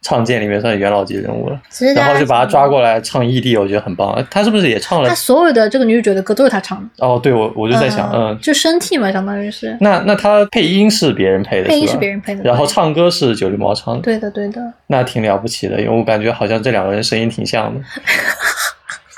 Speaker 2: 唱剑里面算元老级人物了，
Speaker 1: 然
Speaker 2: 后就把他抓过来唱异地，我觉得很棒。他是不是也唱了？
Speaker 1: 他所有的这个女主角的歌都是他唱的。
Speaker 2: 哦，对，我我就在想，嗯，
Speaker 1: 就声替嘛，相当于是。
Speaker 2: 那那他配音是别人配的，
Speaker 1: 配音是别人配的，
Speaker 2: 然后唱歌是九六猫唱的。
Speaker 1: 对的，对的。
Speaker 2: 那挺了不起的，因为我感觉好像这两个人声音挺像的。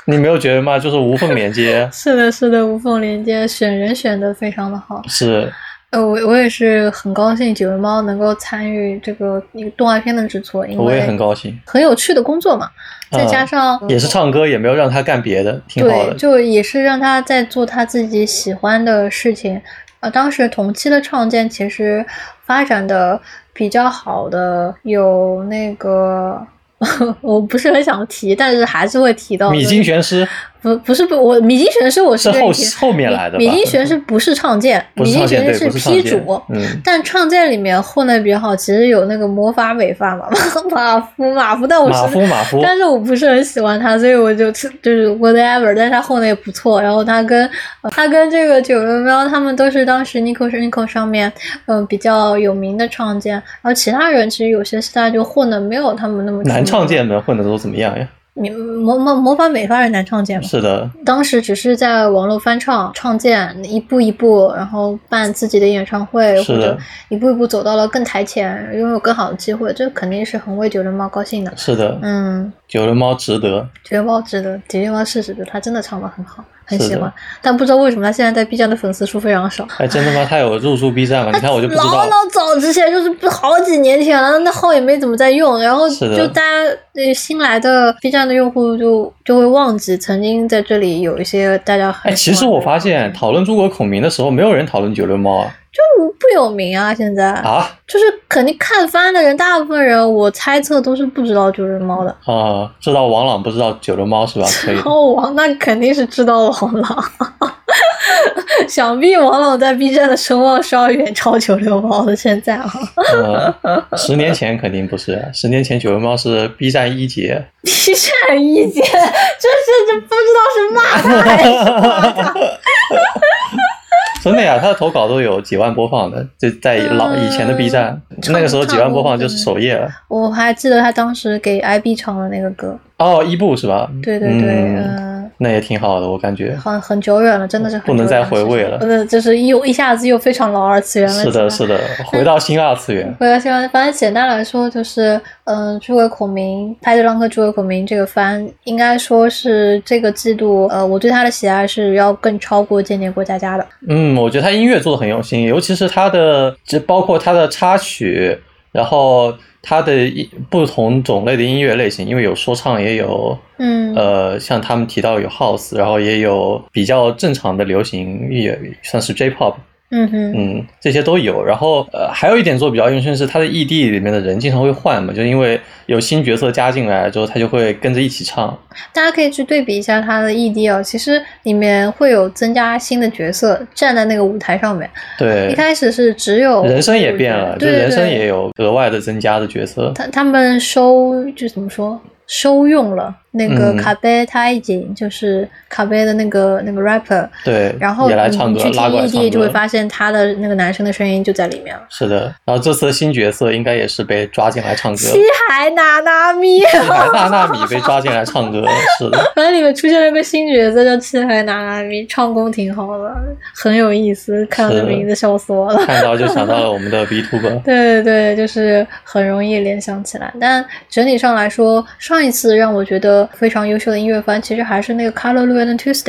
Speaker 2: 你没有觉得吗？就是无缝
Speaker 1: <laughs>
Speaker 2: 连接。
Speaker 1: 是的，是的，无缝连接，选人选的非常的好。
Speaker 2: 是。
Speaker 1: 呃，我我也是很高兴九尾猫能够参与这个一个动画片的制作，因为
Speaker 2: 我也很高兴，
Speaker 1: 很有趣的工作嘛。再加上、
Speaker 2: 嗯、也是唱歌，也没有让他干别的，挺好的。
Speaker 1: 对，就也是让他在做他自己喜欢的事情。呃，当时同期的创建其实发展的比较好的有那个。 <laughs> 我不是很想提，但是还是会提到。
Speaker 2: 米津玄师
Speaker 1: 不不是不我米津玄师我
Speaker 2: 是后后面来的
Speaker 1: 米。米津玄师不是唱剑，
Speaker 2: 不是
Speaker 1: 唱剑米津
Speaker 2: 玄
Speaker 1: 师是批主。
Speaker 2: 嗯，
Speaker 1: 但唱剑里面混的比较好，其实有那个魔法美发嘛， <laughs> 马夫马夫，但我
Speaker 2: 马夫马夫，
Speaker 1: 但是我不是很喜欢他，所以我就就是 whatever，但是他混的也不错。然后他跟、呃、他跟这个九六喵他们都是当时 Nico 是 Nico 上面嗯、呃、比较有名的唱剑，然后其他人其实有些大家就混的没有他们那么
Speaker 2: 难。唱剑们混的都怎么样呀？
Speaker 1: 你模模模仿美发人难唱剑吗？
Speaker 2: 是的，
Speaker 1: 当时只是在网络翻唱唱剑，一步一步，然后办自己的演唱会，或者一步一步走到了更台前，拥有更好的机会，这肯定是很为九零猫高兴的。
Speaker 2: 是的，
Speaker 1: 嗯，
Speaker 2: 九零猫值得，
Speaker 1: 九零猫值得，九零猫是值得，他真的唱的很好。很喜欢，但不知道为什么他现在在 B 站的粉丝数非常少。
Speaker 2: 哎，真的吗？他有入驻 B 站吗？你看我就不知道。
Speaker 1: 老老早之前就是好几年前了，那号也没怎么在用，然后就大家新来的 B 站的用户就就会忘记曾经在这里有一些大家很。
Speaker 2: 哎，其实我发现讨论诸葛孔明的时候，没有人讨论九六猫啊。
Speaker 1: 就不有名啊，现在
Speaker 2: 啊，
Speaker 1: 就是肯定看番的人，大部分人我猜测都是不知道九六猫的
Speaker 2: 啊、呃，知道王朗不知道九六猫是吧？可以。
Speaker 1: 哦，王那肯定是知道王朗， <laughs> 想必王老在 B 站的声望是要远超九流猫的。现在
Speaker 2: <laughs>
Speaker 1: 啊，
Speaker 2: 呃，十年前肯定不是，十年前九流猫是 B 站一姐，
Speaker 1: B 站一姐，这是这不知道是骂他还是夸他。
Speaker 2: 真的呀，他的投稿都有几万播放的，就在老以前的 B 站，
Speaker 1: 嗯
Speaker 2: 那个时候几万播放就是首页了。
Speaker 1: 我还记得他当时给 IB 唱的那个歌，
Speaker 2: 哦，一部是吧？
Speaker 1: 对对对，
Speaker 2: 嗯，
Speaker 1: 嗯，
Speaker 2: 那也挺好的，我感觉。
Speaker 1: 好像很久远了，真的是很
Speaker 2: 不能
Speaker 1: 久远
Speaker 2: 再回味
Speaker 1: 的事
Speaker 2: 了
Speaker 1: 情呃，就是又一下子又非常老二次元了。
Speaker 2: 是的，是
Speaker 1: 的。
Speaker 2: 的，回到新二次元。
Speaker 1: 我要希望，反正简单来说就是，嗯、诸葛孔明《拍着浪客诸葛孔明》这个番，应该说是这个季度，呃，我对他的喜爱是要更超过《间谍过家家》的。
Speaker 2: 嗯，我觉得他音乐做的很用心，尤其是他的，就包括他的插曲，然后他的一不同种类的音乐类型，因为有说唱，也有
Speaker 1: 嗯，
Speaker 2: 呃，像他们提到有 house，然后也有比较正常的流行，也算是 J-pop，
Speaker 1: 嗯哼，
Speaker 2: 嗯，这些都有。然后呃，还有一点做比较用心的是，他的 ED 里面的人经常会换嘛，就是因为有新角色加进来之后，他就会跟着一起唱。
Speaker 1: 大家可以去对比一下他的 ED 哦，其实里面会有增加新的角色站在那个舞台上面。
Speaker 2: 对，
Speaker 1: 一开始是只有
Speaker 2: 人生也变了，就
Speaker 1: 对对对
Speaker 2: 人生也有额外的增加的角色。
Speaker 1: 他他们收就怎么说收用了那个
Speaker 2: 嗯
Speaker 1: 卡贝他已经就是卡贝的那个那个 rapper，
Speaker 2: 对，
Speaker 1: 然后
Speaker 2: 也来
Speaker 1: 你
Speaker 2: 唱
Speaker 1: 你
Speaker 2: 歌
Speaker 1: 去，听
Speaker 2: 拉过来唱
Speaker 1: ED 就会
Speaker 2: 歌。
Speaker 1: 发现他的那个男生的声音就在里面了。
Speaker 2: 是的，然后这次的新角色应该也是被抓进来唱歌，
Speaker 1: 西海娜娜咪， <laughs>
Speaker 2: 海娜娜米被抓进来唱歌，是的，
Speaker 1: 反正里面出现了个新角色叫西海娜娜咪，唱功挺好的，很有意思，看到
Speaker 2: 是
Speaker 1: 这名字笑死我了。 <laughs>
Speaker 2: 看到就想到了我们的 Vtuber，
Speaker 1: 对对，就是很容易联想起来。但整体上来说，上一次让我觉得非常优秀的音乐番，其实还是那个《Color Lu and Tuesday》，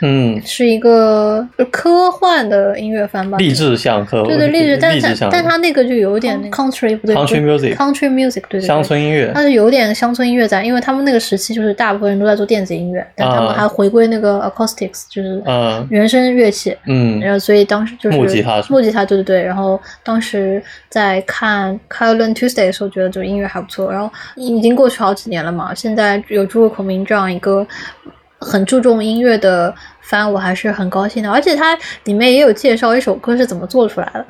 Speaker 2: 嗯，
Speaker 1: 是一个科幻的音乐番吧？
Speaker 2: 励志向和
Speaker 1: 对对，励志，但但
Speaker 2: 向
Speaker 1: 但它那个就有点那个 country 不对
Speaker 2: Country
Speaker 1: 不对
Speaker 2: music
Speaker 1: country music 对对对
Speaker 2: 乡村音乐
Speaker 1: 它是有点乡村音乐在，因为他们那个时期就是大部分人都在做电子音乐，但他们
Speaker 2: 啊
Speaker 1: 还回归那个 acoustics，就是
Speaker 2: 嗯
Speaker 1: 原声乐器。然 <laughs>
Speaker 2: 嗯，
Speaker 1: 后所以当时就是
Speaker 2: 木吉他是吧
Speaker 1: 木吉他，对对对。然后当时在看《c a r o l i n Tuesday》的时候，觉得这个音乐还不错。然后已经过去好几年了嘛，现在有诸葛孔明这样一个很注重音乐的番，我还是很高兴的。而且它里面也有介绍一首歌是怎么做出来的，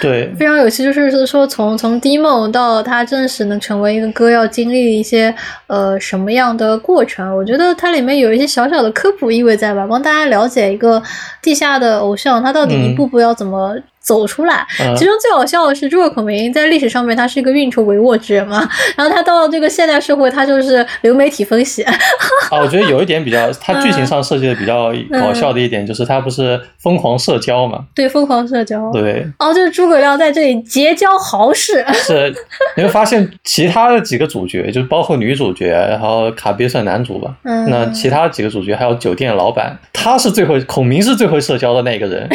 Speaker 2: 对，
Speaker 1: 非常有趣，就是是说从从 demo 到它正式能成为一个歌，要经历一些呃什么样的过程？啊我觉得它里面有一些小小的科普意味在吧，帮大家了解一个地下的偶像，他到底一
Speaker 2: 嗯
Speaker 1: 步步要怎么走出来。
Speaker 2: 嗯
Speaker 1: 其中最好笑的是，诸葛孔明在历史上面他是一个运筹帷幄之人嘛，然后他到了这个现代社会，他就是流媒体分析，
Speaker 2: 啊，我觉得有一点比
Speaker 1: <laughs>
Speaker 2: 较，它剧情上设计的比较
Speaker 1: 嗯
Speaker 2: 搞笑的一点就是它不是疯狂社交嘛，
Speaker 1: 对疯狂社交。
Speaker 2: 对，
Speaker 1: 哦，就是诸葛亮在这里结交豪士，
Speaker 2: 是，你会发现其他的几个主角，就是包括女主角，然后卡比算男主吧，
Speaker 1: 嗯
Speaker 2: 那其他几个主角还有酒店老板，他是最会，孔明是最会社交的那个
Speaker 1: <laughs>
Speaker 2: 人，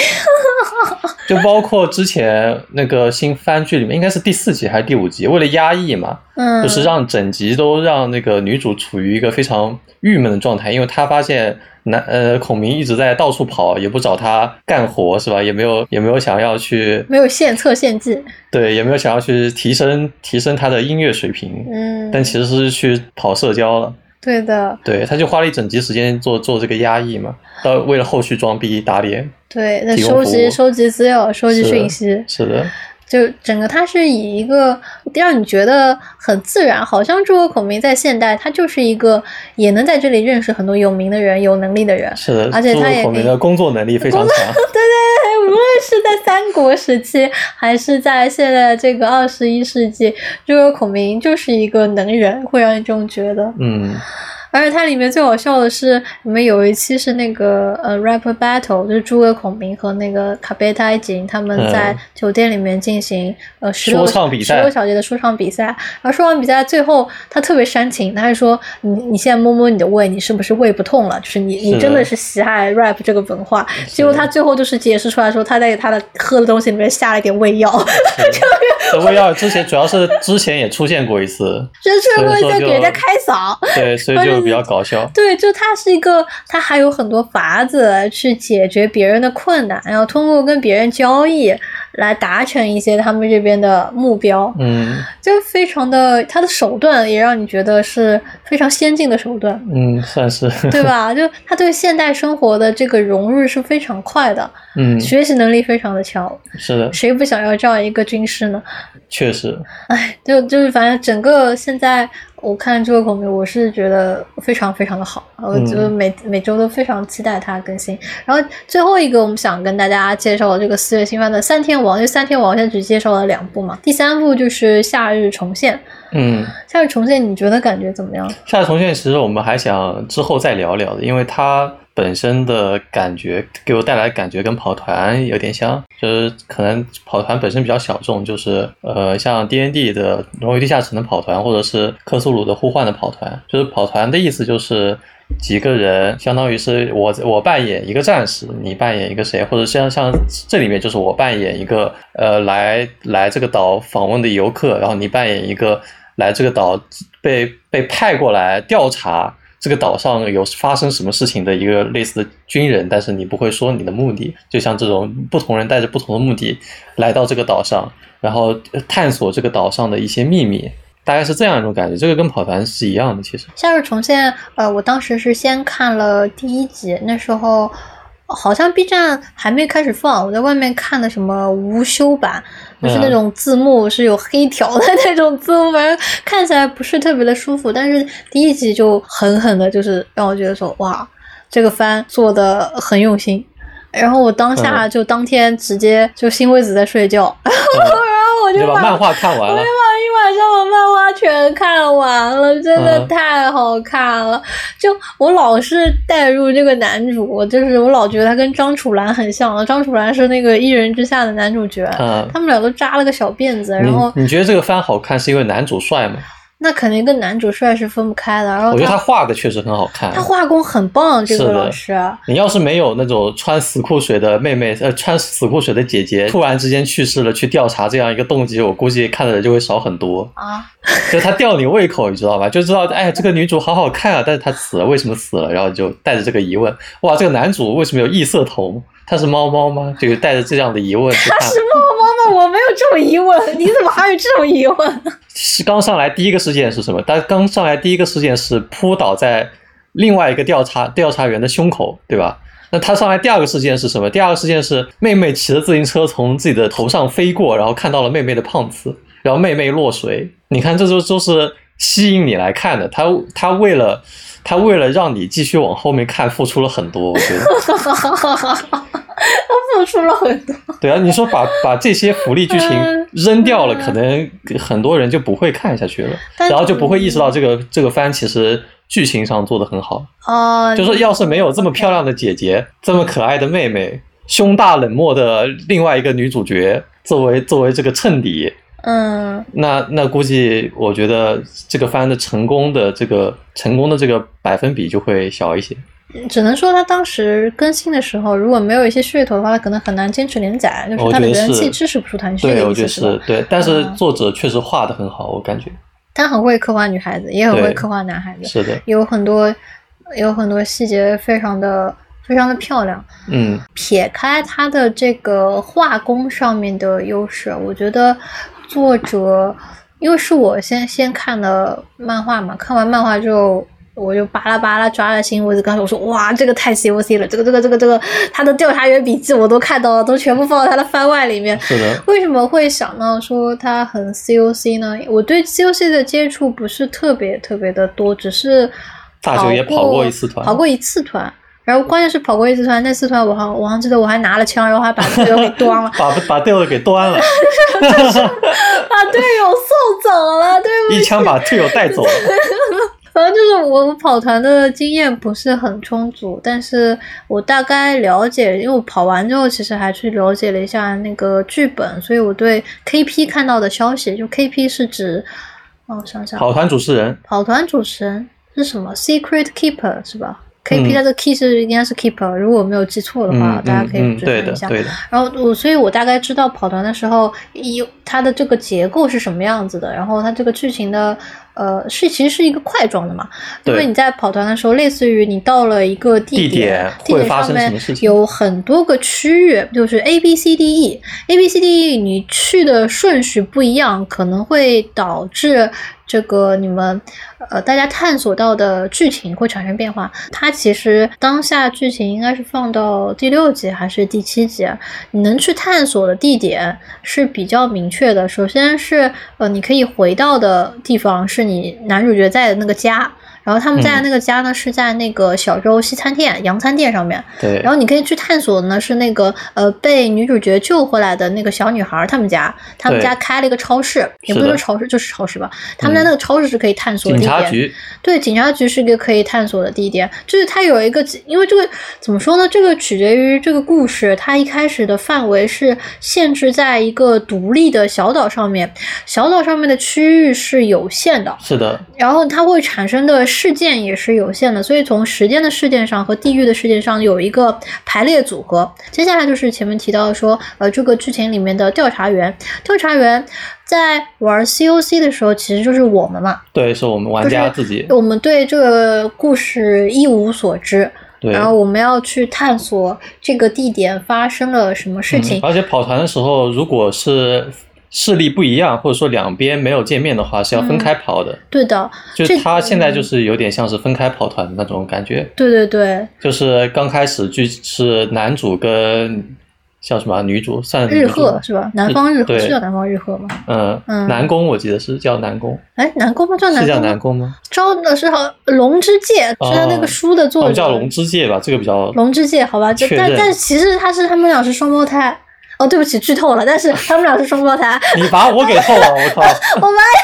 Speaker 2: 就包括之前那个新番剧里面，应该是第四集还是第五集，为了压抑嘛，
Speaker 1: 嗯，
Speaker 2: 就是让整集都让那个女主处于一个非常郁闷的状态，因为她发现男呃孔明一直在到处跑，也不找她干活是吧？也没有也没有想要去
Speaker 1: 没有献策献计，
Speaker 2: 对，也没有想要去提升提升她的音乐水平，
Speaker 1: 嗯，
Speaker 2: 但其实是去跑社交了。
Speaker 1: 对的，
Speaker 2: 对，他就花了一整集时间做做这个压抑嘛，到为了后续装逼打脸。
Speaker 1: 对，那
Speaker 2: 提供
Speaker 1: 收
Speaker 2: 服
Speaker 1: 集
Speaker 2: 务
Speaker 1: 收集资料、收集
Speaker 2: 是
Speaker 1: 讯息，
Speaker 2: 是的，
Speaker 1: 就整个它是以一个让你觉得很自然，好像诸葛孔明在现代他就是一个也能在这里认识很多有名的人、有能力的人。
Speaker 2: 是的。
Speaker 1: 而且
Speaker 2: 朱
Speaker 1: 他也
Speaker 2: 孔明
Speaker 1: 可以
Speaker 2: 的工作能力非常
Speaker 1: <laughs>
Speaker 2: 强。
Speaker 1: 对 <laughs> 对对，无论是在三国时期，还是在现在这个二十一世纪，诸葛孔明就是一个能人，会让你这种觉得。
Speaker 2: 嗯，
Speaker 1: 而且它里面最好笑的是，你们有一期是那个呃 rapper battle，就是诸葛孔明和那个卡贝泰景他们
Speaker 2: 嗯
Speaker 1: 在酒店里面进行、呃十
Speaker 2: 说
Speaker 1: 六
Speaker 2: 唱比赛
Speaker 1: 十六小节的说唱比赛。然后说完比赛最后，他特别煽情，他还说你你现在摸摸你的胃，你是不是胃不痛了？就是你
Speaker 2: 是
Speaker 1: 你
Speaker 2: 的
Speaker 1: 真的是喜爱 rap 这个文化。结果他最后就是解释出来说，他在他的喝的东西里面下了一点胃药。 <laughs>
Speaker 2: 这味道之前主要是之前也出现过一次，
Speaker 1: 就是这个
Speaker 2: 所
Speaker 1: 会
Speaker 2: 以说
Speaker 1: 在给人
Speaker 2: 就
Speaker 1: 家开嗓，
Speaker 2: 对，所以就比较搞笑。
Speaker 1: 对，就它是一个，它还有很多法子去解决别人的困难，然后通过跟别人交易来达成一些他们这边的目标，
Speaker 2: 嗯
Speaker 1: 就非常的，他的手段也让你觉得是非常先进的手
Speaker 2: <laughs>
Speaker 1: 段，
Speaker 2: 嗯，算是，
Speaker 1: 对吧？就他对现代生活的这个融入是非常快的，
Speaker 2: 嗯，
Speaker 1: 学习能力非常的强，
Speaker 2: 是的，
Speaker 1: 谁不想要这样一个军师呢？
Speaker 2: 确实，
Speaker 1: 哎就就是反正整个现在我看这个孔明，我是觉得非常非常的好，我觉得每、每周都非常期待它更新。然后最后一个我们想跟大家介绍的这个四月新番的《三天王》，因为《三天王》现在只介绍了两部嘛，第三部就是《夏日重现》。
Speaker 2: 嗯，
Speaker 1: 《夏日重现》你觉得感觉怎么样？
Speaker 2: 夏日重现其实我们还想之后再聊聊的，因为它本身的感觉给我带来的感觉跟跑团有点像，就是可能跑团本身比较小众，就是呃像 D N D 的《荣誉地下城》的跑团，或者是克苏鲁的呼唤的跑团，就是跑团的意思就是。几个人，相当于是我我扮演一个战士，你扮演一个谁，或者像像这里面就是我扮演一个呃来来这个岛访问的游客，然后你扮演一个来这个岛被被派过来调查这个岛上有发生什么事情的一个类似的军人，但是你不会说你的目的，就像这种不同人带着不同的目的来到这个岛上，然后探索这个岛上的一些秘密，大概是这样一种感觉。这个跟跑团是一样的，其实，
Speaker 1: 《夏日重现》呃，我当时是先看了第一集，那时候好像 B 站还没开始放，我在外面看的什么无修版，就是
Speaker 2: 嗯
Speaker 1: 那种字幕是有黑条的那种字幕，反正看起来不是特别的舒服。但是第一集就狠狠的，就是让我觉得说，哇，这个番做的很用心。然后我当下
Speaker 2: 嗯
Speaker 1: 就当天直接就新惠子在睡觉， <laughs>
Speaker 2: 嗯、
Speaker 1: 然后我
Speaker 2: 你
Speaker 1: 就
Speaker 2: 就把漫画看完
Speaker 1: 我
Speaker 2: 了
Speaker 1: 就把。一晚上把漫画全看完了，真的
Speaker 2: 嗯
Speaker 1: 太好看了。就我老是带入这个男主，就是我老觉得他跟张楚岚很像。张楚岚是那个《一人之下》的男主角，
Speaker 2: 嗯，
Speaker 1: 他们俩都扎了个小辫子，然后
Speaker 2: 你你觉得这个番好看是因为男主帅吗？
Speaker 1: 那肯定跟男主帅是分不开的。然后
Speaker 2: 我觉得他
Speaker 1: 他
Speaker 2: 画的确实很好看。
Speaker 1: 他画工很棒，这
Speaker 2: 是
Speaker 1: 个
Speaker 2: 的啊
Speaker 1: 老师。
Speaker 2: 你要是没有那种穿死裤水的妹妹，呃，穿死裤水的姐姐突然之间去世了，去调查这样一个动机，我估计看的人就会少很多。
Speaker 1: 啊，
Speaker 2: 就是他吊你胃口，你知道吧？就知道，哎，这个女主好好看啊，但是她死了，为什么死了？然后就带着这个疑问，哇，这个男主为什么有异色头？他是猫猫吗？就是带着这样的疑问去看。
Speaker 1: 是猫猫吗？我没有这种疑问，你怎么还有这种疑问？ <laughs>
Speaker 2: 是刚上来第一个事件是什么？他刚上来第一个事件是扑倒在另外一个调查调查员的胸口，对吧？那他上来第二个事件是什么？第二个事件是妹妹骑着自行车从自己的头上飞过，然后看到了妹妹的胖子，然后妹妹落水。你看，这就就是吸引你来看的。他他为了他为了让你继续往后面看，付出了很多。我觉得，
Speaker 1: 他付出了很多。
Speaker 2: 对啊，你说把 <laughs> 把这些福利剧情
Speaker 1: 嗯
Speaker 2: 扔掉了，
Speaker 1: 嗯
Speaker 2: 可能很多人就不会看下去了。
Speaker 1: 但
Speaker 2: 然后就不会意识到这个这个番其实剧情上做的很好，
Speaker 1: 哦，
Speaker 2: 就
Speaker 1: 你
Speaker 2: 是要是没有这么漂亮的姐姐，这么可爱的妹妹，胸大冷漠的另外一个女主角作为作为这个衬底，
Speaker 1: 嗯，
Speaker 2: 那那估计我觉得这个番的成功的这个成功的这个百分比就会小一些。
Speaker 1: 只能说他当时更新的时候，如果没有一些噱头的话，他可能很难坚持连载，就是
Speaker 2: 哦我
Speaker 1: 他
Speaker 2: 觉
Speaker 1: 的
Speaker 2: 得
Speaker 1: 人
Speaker 2: 是
Speaker 1: 气支持不住团剧
Speaker 2: 对，
Speaker 1: 的
Speaker 2: 我
Speaker 1: 意
Speaker 2: 觉得
Speaker 1: 思是
Speaker 2: 是
Speaker 1: 吧？
Speaker 2: 对，但是
Speaker 1: 嗯
Speaker 2: 作者确实画的很好，我感觉
Speaker 1: 他很会刻画女孩子，也很
Speaker 2: 对
Speaker 1: 会刻画男孩子，
Speaker 2: 是的，
Speaker 1: 有很多有很多细节非常的非常的漂亮。
Speaker 2: 嗯
Speaker 1: 撇开他的这个画工上面的优势，我觉得作者，因为是我先先看的漫画嘛，看完漫画之后。我就巴拉巴拉抓了新，我就刚才我说哇，这个太 COC 了，这个这个这个这个，他的调查员笔记我都看到了，都全部放到他的番外里面。
Speaker 2: <laughs> 是的，
Speaker 1: 为什么会想到说它很 COC 呢？我对 COC 的接触不是特别特别的多，只是
Speaker 2: 大九也跑过一次团，
Speaker 1: 跑过一次团。然后关键是跑过一次团，那次团我还我还记得我还拿了枪，然后还把队友给端了
Speaker 2: <laughs> 把把队友给端了，
Speaker 1: 把队友啊送走了，对不
Speaker 2: 一
Speaker 1: 起。
Speaker 2: 枪把队友带走了。
Speaker 1: <laughs> 反正就是我跑团的经验不是很充足，但是我大概了解，因为我跑完之后其实还去了解了一下那个剧本，所以我对 KP 看到的消息，就 KP 是指，哦，我想想，
Speaker 2: 跑团主持人，
Speaker 1: 跑团主持人是什么？Secret Keeper 是吧 KP 它的 key 是应该是 keeper，如果我没有记错的话，
Speaker 2: 嗯
Speaker 1: 大家可以
Speaker 2: 嗯嗯
Speaker 1: 追
Speaker 2: 对
Speaker 1: 问
Speaker 2: 的
Speaker 1: 一下。
Speaker 2: 对的，
Speaker 1: 然后我，所以我大概知道跑团的时候，有它的这个结构是什么样子的，然后它这个剧情的，呃，是其实是一个块状的嘛，因
Speaker 2: 对
Speaker 1: 为你在跑团的时候，类似于你到了一个地
Speaker 2: 地点
Speaker 1: 地
Speaker 2: 会
Speaker 1: 点
Speaker 2: 发
Speaker 1: 上
Speaker 2: 生什
Speaker 1: 面
Speaker 2: 么事情
Speaker 1: 有很多个区域，就是 A B C D E A B C D E，你去的顺序不一样，可能会导致这个你们呃大家探索到的剧情会产生变化。它其实当下剧情应该是放到第六集还是第七集啊，你能去探索的地点是比较明确的。首先是呃，你可以回到的地方是你男主角在的那个家，然后他们在
Speaker 2: 嗯
Speaker 1: 的那个家呢、是在那个小洲西餐店、洋餐店上面。
Speaker 2: 对，
Speaker 1: 然后你可以去探索的呢是那个呃被女主角救回来的那个小女孩他们家，他们
Speaker 2: 对
Speaker 1: 家开了一个超市，也不
Speaker 2: 是
Speaker 1: 能说
Speaker 2: 的
Speaker 1: 超市，就是超市吧。他们家
Speaker 2: 嗯
Speaker 1: 那个超市是可以探索的
Speaker 2: 警
Speaker 1: 地点。
Speaker 2: 察局，
Speaker 1: 对，警察局是一个可以探索的地点，就是它有一个，因为这个怎么说呢？这个取决于这个故事，它一开始的范围是限制在一个独立的小岛上面，小岛上面的区域是有限的，
Speaker 2: 是的，
Speaker 1: 然后它会产生的事件也是有限的，所以从时间的事件上和地域的事件上有一个排列组合。接下来就是前面提到说，呃，这个剧情里面的调查员，调查员在玩 COC 的时候，其实就是我们嘛。
Speaker 2: 对，是我们玩家自己，
Speaker 1: 我们对这个故事一无所知，
Speaker 2: 对，
Speaker 1: 然后我们要去探索这个地点发生了什么事情。
Speaker 2: 嗯而且跑团的时候，如果是势力不一样，或者说两边没有见面的话，是要分开跑的。
Speaker 1: 对的，
Speaker 2: 就是
Speaker 1: 嗯这嗯
Speaker 2: 他现在就是有点像是分开跑团的那种感觉，
Speaker 1: 对对对，
Speaker 2: 就是刚开始就是男主跟像什么啊女主，算是女
Speaker 1: 日
Speaker 2: 主
Speaker 1: 贺
Speaker 2: 吧，
Speaker 1: 是吧？南方日贺
Speaker 2: 嗯对
Speaker 1: 是叫南方日贺吗？
Speaker 2: 嗯，
Speaker 1: 嗯
Speaker 2: 南宫我记得是叫南宫，
Speaker 1: 哎，南宫吗？叫
Speaker 2: 是
Speaker 1: 南
Speaker 2: 叫
Speaker 1: 宫
Speaker 2: 南
Speaker 1: 吗？
Speaker 2: 宫吗？
Speaker 1: 招的是好龙之介，
Speaker 2: 哦
Speaker 1: 是他那个书的
Speaker 2: 我
Speaker 1: 作者。
Speaker 2: 们叫龙之介吧，这个比较
Speaker 1: 龙之介，好吧，这
Speaker 2: 确
Speaker 1: 但
Speaker 2: 认
Speaker 1: 但其实他是他们俩是双胞胎。哦，对不起，剧透了，但是他们俩是双胞胎。 <laughs>
Speaker 2: 你把我给透了，我靠！
Speaker 1: 我妈呀，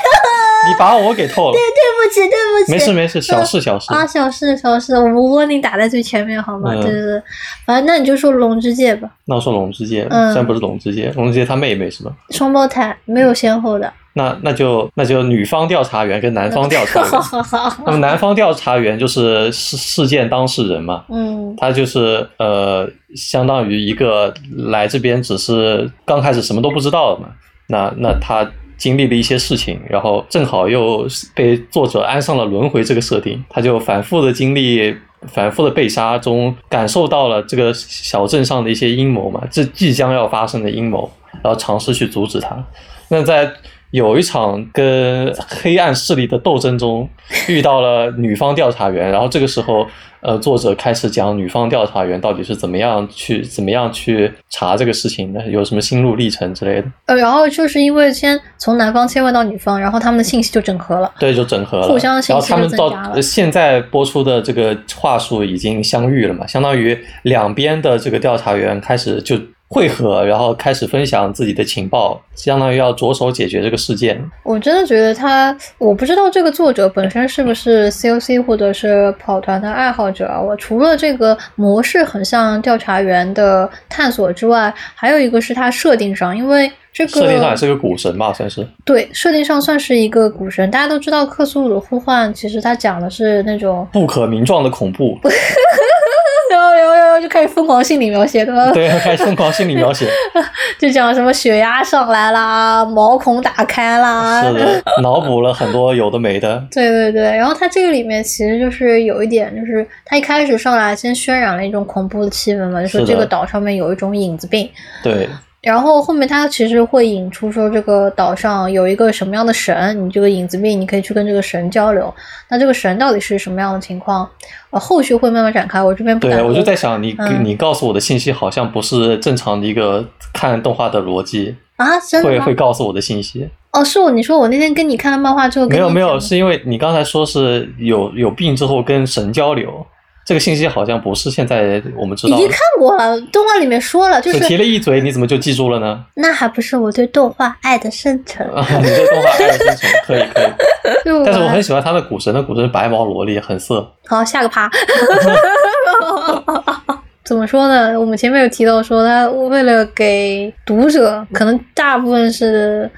Speaker 2: 你把我给透了，
Speaker 1: 对不起，对不起。
Speaker 2: 没事没事，小事小事。
Speaker 1: 啊，小事小事，我们窝你打在最前面好吗？
Speaker 2: 嗯
Speaker 1: 对对对，反正那你就说龙之介吧，
Speaker 2: 那我说龙之介，
Speaker 1: 嗯
Speaker 2: 虽然不是龙之介，龙之介他妹妹是吧？
Speaker 1: 双胞胎没有先后的，
Speaker 2: 那那就那就女方调查员跟男方调查
Speaker 1: <laughs> 哈
Speaker 2: 员，
Speaker 1: 哈哈。
Speaker 2: 那么男方调查员就是事事件当事人嘛，
Speaker 1: 嗯，
Speaker 2: 他就是呃，相当于一个来这边只是刚开始什么都不知道的嘛，那那他。经历了一些事情，然后正好又被作者安上了轮回这个设定，他就反复的经历、反复的被杀中，感受到了这个小镇上的一些阴谋嘛，这即将要发生的阴谋，然后尝试去阻止他。那在有一场跟黑暗势力的斗争中，遇到了女方调查员，然后这个时候，呃，作者开始讲女方调查员到底是怎么样去怎么样去查这个事情的，有什么心路历程之类的，
Speaker 1: 呃，然后就是因为先从男方切换到女方，然后他们的信息就整合了。
Speaker 2: 对，就整合了。
Speaker 1: 互相的信
Speaker 2: 然后
Speaker 1: 息
Speaker 2: 他们
Speaker 1: 就
Speaker 2: 到
Speaker 1: 增加了
Speaker 2: 呃现在播出的这个话术已经相遇了嘛，相当于两边的这个调查员开始就汇合，然后开始分享自己的情报，相当于要着手解决这个事件。
Speaker 1: 我真的觉得他，我不知道这个作者本身是不是 COC 或者是跑团的爱好者啊。我除了这个模式很像调查员的探索之外，还有一个是他设定上，因为这个
Speaker 2: 设定上也是个股神吧，算是。
Speaker 1: 对，设定上算是一个股神。大家都知道克苏鲁呼唤，其实它讲的是那种
Speaker 2: 不可名状的恐怖，
Speaker 1: <laughs> 有有有有就开始疯狂心理描写的，
Speaker 2: <laughs> 对，开始疯狂心理描写，
Speaker 1: <laughs> 就讲什么血压上来啦，毛孔打开啦，
Speaker 2: 是的，脑补了很多有的没的，
Speaker 1: 对对对，然后它这个里面其实就是有一点，就是它一开始上来先渲染了一种恐怖的气氛嘛，就是说
Speaker 2: 的
Speaker 1: 这个岛上面有一种影子病，
Speaker 2: 对，
Speaker 1: 然后后面它其实会引出说这个岛上有一个什么样的神，你这个影子病，你可以去跟这个神交流。那这个神到底是什么样的情况？呃，后续会慢慢展开，我这边 <laughs> 不敢
Speaker 2: 对
Speaker 1: 多。
Speaker 2: 我就在想，你
Speaker 1: 嗯
Speaker 2: 你告诉我的信息好像不是正常的一个看动画的逻辑，
Speaker 1: 啊，真的
Speaker 2: 会
Speaker 1: 吗
Speaker 2: 会？告诉我的信息，
Speaker 1: 哦，是我你说我那天跟你看了漫画之后，
Speaker 2: 没有没有，
Speaker 1: 是
Speaker 2: 是因为你刚才说是有有病之后跟神交流，这个信息好像不是现在我们知
Speaker 1: 已
Speaker 2: 道
Speaker 1: 经
Speaker 2: 的
Speaker 1: 看，过了，动画里面说了，就
Speaker 2: 只提
Speaker 1: 是
Speaker 2: 了一嘴，你怎么就记住
Speaker 1: <laughs>
Speaker 2: 了呢？
Speaker 1: 那还不是我对动画爱的深沉。
Speaker 2: 啊，你这动画爱的真诚，可以
Speaker 1: <laughs>
Speaker 2: 可
Speaker 1: 啊
Speaker 2: 以，
Speaker 1: 就呃
Speaker 2: 呃但是我很喜欢他的股神，那股神白毛萝莉很色，
Speaker 1: 好，下个趴。 <laughs> 怎么说呢？我们前面有提到说，他为了给读者，可能大部分是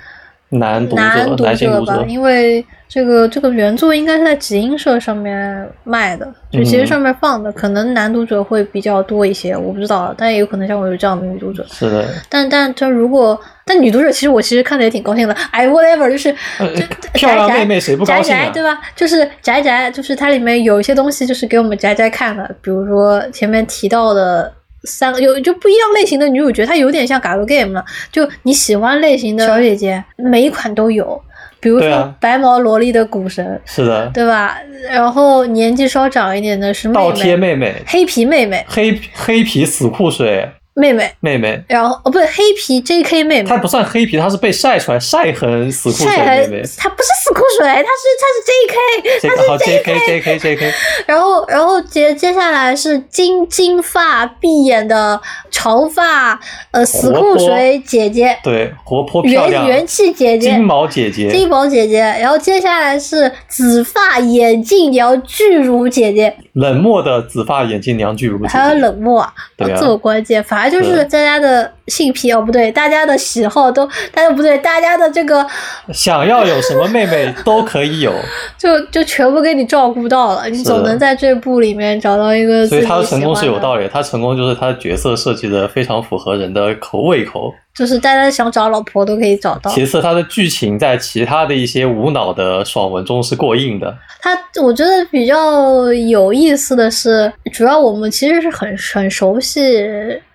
Speaker 2: 男读
Speaker 1: 男
Speaker 2: 者
Speaker 1: 读
Speaker 2: 男性
Speaker 1: 者
Speaker 2: 读
Speaker 1: 吧，
Speaker 2: 者，
Speaker 1: 因为这个这个原作应该是在集英社上面卖的，就集英上面放的，可能男读者会比较多一些，我不知道，但也有可能像我有这样的女读者。<laughs>
Speaker 2: 是的，
Speaker 1: 但但这如果但女读者，其实我其实看的也挺高兴的。哎，whatever，就是
Speaker 2: 呃
Speaker 1: 这
Speaker 2: 漂亮
Speaker 1: 宅宅
Speaker 2: 妹妹谁不高
Speaker 1: 宅
Speaker 2: 兴啊
Speaker 1: 宅对吧？就是宅宅，就是它里面有一些东西，就是给我们宅宅看的，比如说前面提到的三个有就不一样类型的女主角，它有点像《嘎罗 Game》了，就你喜欢类型的小姐姐，每一款都有。比如
Speaker 2: 对
Speaker 1: 说
Speaker 2: 啊
Speaker 1: 白毛萝莉的股神，
Speaker 2: 是的，
Speaker 1: 对吧？然后年纪稍长一点的是妹
Speaker 2: 倒贴
Speaker 1: 妹，
Speaker 2: 妹妹，
Speaker 1: 黑皮妹妹，
Speaker 2: 黑黑皮死库水
Speaker 1: 妹妹，
Speaker 2: 妹妹，
Speaker 1: 然后哦不对，黑皮 J.K. 妹妹
Speaker 2: 她，不算黑皮，她是被晒出来晒痕死库水
Speaker 1: 晒
Speaker 2: 妹
Speaker 1: 痕
Speaker 2: 妹。，
Speaker 1: 她不是死库水，她是她是 J.K.
Speaker 2: 这
Speaker 1: 她
Speaker 2: 个
Speaker 1: 是
Speaker 2: 好 J K
Speaker 1: <laughs>
Speaker 2: J K J K，
Speaker 1: 然后，然后接接下来是金金发碧眼的长发，呃，死
Speaker 2: 活
Speaker 1: 库
Speaker 2: 泼
Speaker 1: 水姐姐，
Speaker 2: 对，活泼漂
Speaker 1: 元
Speaker 2: 亮，
Speaker 1: 元气姐姐
Speaker 2: 金，毛姐姐
Speaker 1: 金，毛姐姐。然后接下来是紫发眼镜娘巨乳姐姐，
Speaker 2: 冷漠的紫发眼镜娘巨乳姐姐，
Speaker 1: 还有冷漠啊，
Speaker 2: 对啊
Speaker 1: 自我关键，反正就是
Speaker 2: 对啊
Speaker 1: 大家的性癖哦，不对，大家的喜好都，大家不对，大家的这个
Speaker 2: 想要有什么妹妹都可以有，
Speaker 1: 就就全部给你照顾到了，你
Speaker 2: 是
Speaker 1: 总
Speaker 2: 的
Speaker 1: 能在这部里面找到一个
Speaker 2: 所
Speaker 1: <laughs> 自
Speaker 2: 以
Speaker 1: 己
Speaker 2: 她的成
Speaker 1: 喜
Speaker 2: 功
Speaker 1: 欢
Speaker 2: 是有
Speaker 1: 的
Speaker 2: 道理的。她成功就是她的角色设计的非常符合人的口胃口。
Speaker 1: 就是大家想找老婆都可以找到。
Speaker 2: 其次，她的剧情在其他的一些无脑的爽文中是过硬的。
Speaker 1: 他我觉得比较有意思的是，主要我们其实是很很熟悉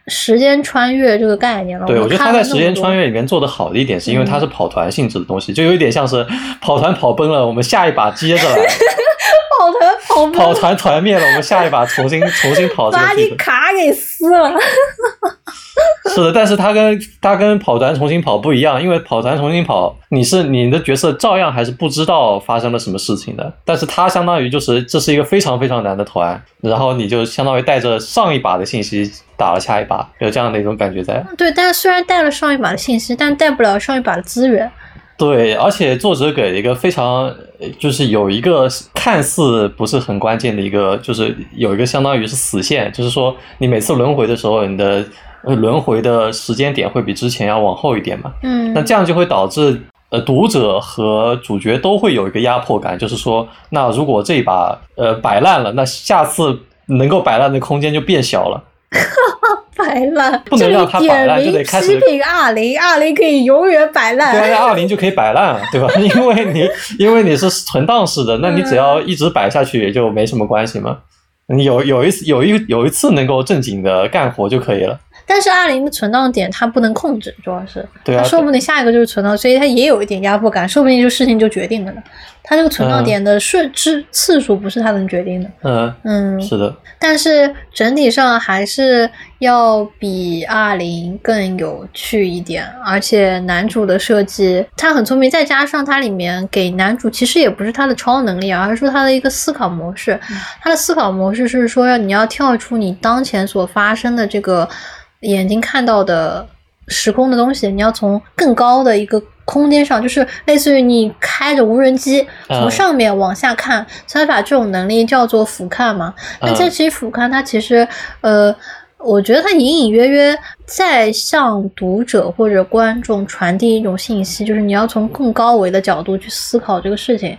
Speaker 1: 时间穿越这个概念了。
Speaker 2: 对，我觉得她
Speaker 1: 他
Speaker 2: 在时间
Speaker 1: <laughs>
Speaker 2: 穿越里面做的好的一点，是因为她
Speaker 1: 嗯
Speaker 2: 是跑团性质的东西，就有一点像是跑团 <laughs> 跑崩了，我们下一把接着
Speaker 1: <laughs>
Speaker 2: 来；
Speaker 1: 跑团跑步
Speaker 2: 跑团团灭了，我们下一把重新重新 <laughs> 跑这
Speaker 1: 把
Speaker 2: 个剧
Speaker 1: 你
Speaker 2: 本。
Speaker 1: 卡给撕了。 <laughs>
Speaker 2: 是的，但是他跟他跟跑团重新跑不一样，因为跑团重新跑，你是你的角色照样还是不知道发生了什么事情的，但是他相当于就是这是一个非常非常难的团，然后你就相当于带着上一把的信息打了下一把，有这样的一种感觉在。
Speaker 1: 对，但虽然带了上一把的信息，但带不了上一把的资源。
Speaker 2: 对，而且作者给了一个非常，呃就是有一个看似不是很关键的一个，就是有一个相当于是死线，就是说你每次轮回的时候，你的呃轮回的时间点会比之前要往后一点嘛。
Speaker 1: 嗯
Speaker 2: 那，这样就会导致呃读者和主角都会有一个压迫感，就是说，那如果这一把呃摆烂了，那下次能够摆烂的空间就变小了。
Speaker 1: 摆烂
Speaker 2: 不能让他
Speaker 1: 这里
Speaker 2: 摆烂
Speaker 1: 点
Speaker 2: 就
Speaker 1: 名
Speaker 2: 得开始
Speaker 1: 批评二零，二零可以永远摆
Speaker 2: 对
Speaker 1: 烂。
Speaker 2: 啊，那二零就可以摆烂了，
Speaker 1: <laughs>
Speaker 2: 对吧？因为你因为你是存档式的，
Speaker 1: 啊
Speaker 2: 那你只要一直摆下去也就没什么关系嘛。你有有一次有一有一次能够正经的干活就可以了。
Speaker 1: 但是二零的存档点他不能控制，主要是。
Speaker 2: 对
Speaker 1: 他
Speaker 2: 啊，
Speaker 1: 说不定下一个就是存档，所以他也有一点压迫感，说不定就事情就决定了呢。他这个存档点的顺之次数不是他能决定的，
Speaker 2: 嗯，
Speaker 1: 嗯，
Speaker 2: 是的，
Speaker 1: 但是整体上还是要比二零更有趣一点，而且男主的设计他很聪明，再加上他里面给男主其实也不是他的超能力啊，而是他的一个思考模式，他的思考模式是说要你要跳出你当前所发生的这个眼睛看到的时空的东西，你要从更高的一个空间上，就是类似于你开着无人机
Speaker 2: 嗯
Speaker 1: 从上面往下看，所以把这种能力叫做俯瞰嘛。那这
Speaker 2: 嗯
Speaker 1: 其实俯瞰它其实呃。我觉得它隐隐约约在向读者或者观众传递一种信息，就是你要从更高维的角度去思考这个事情。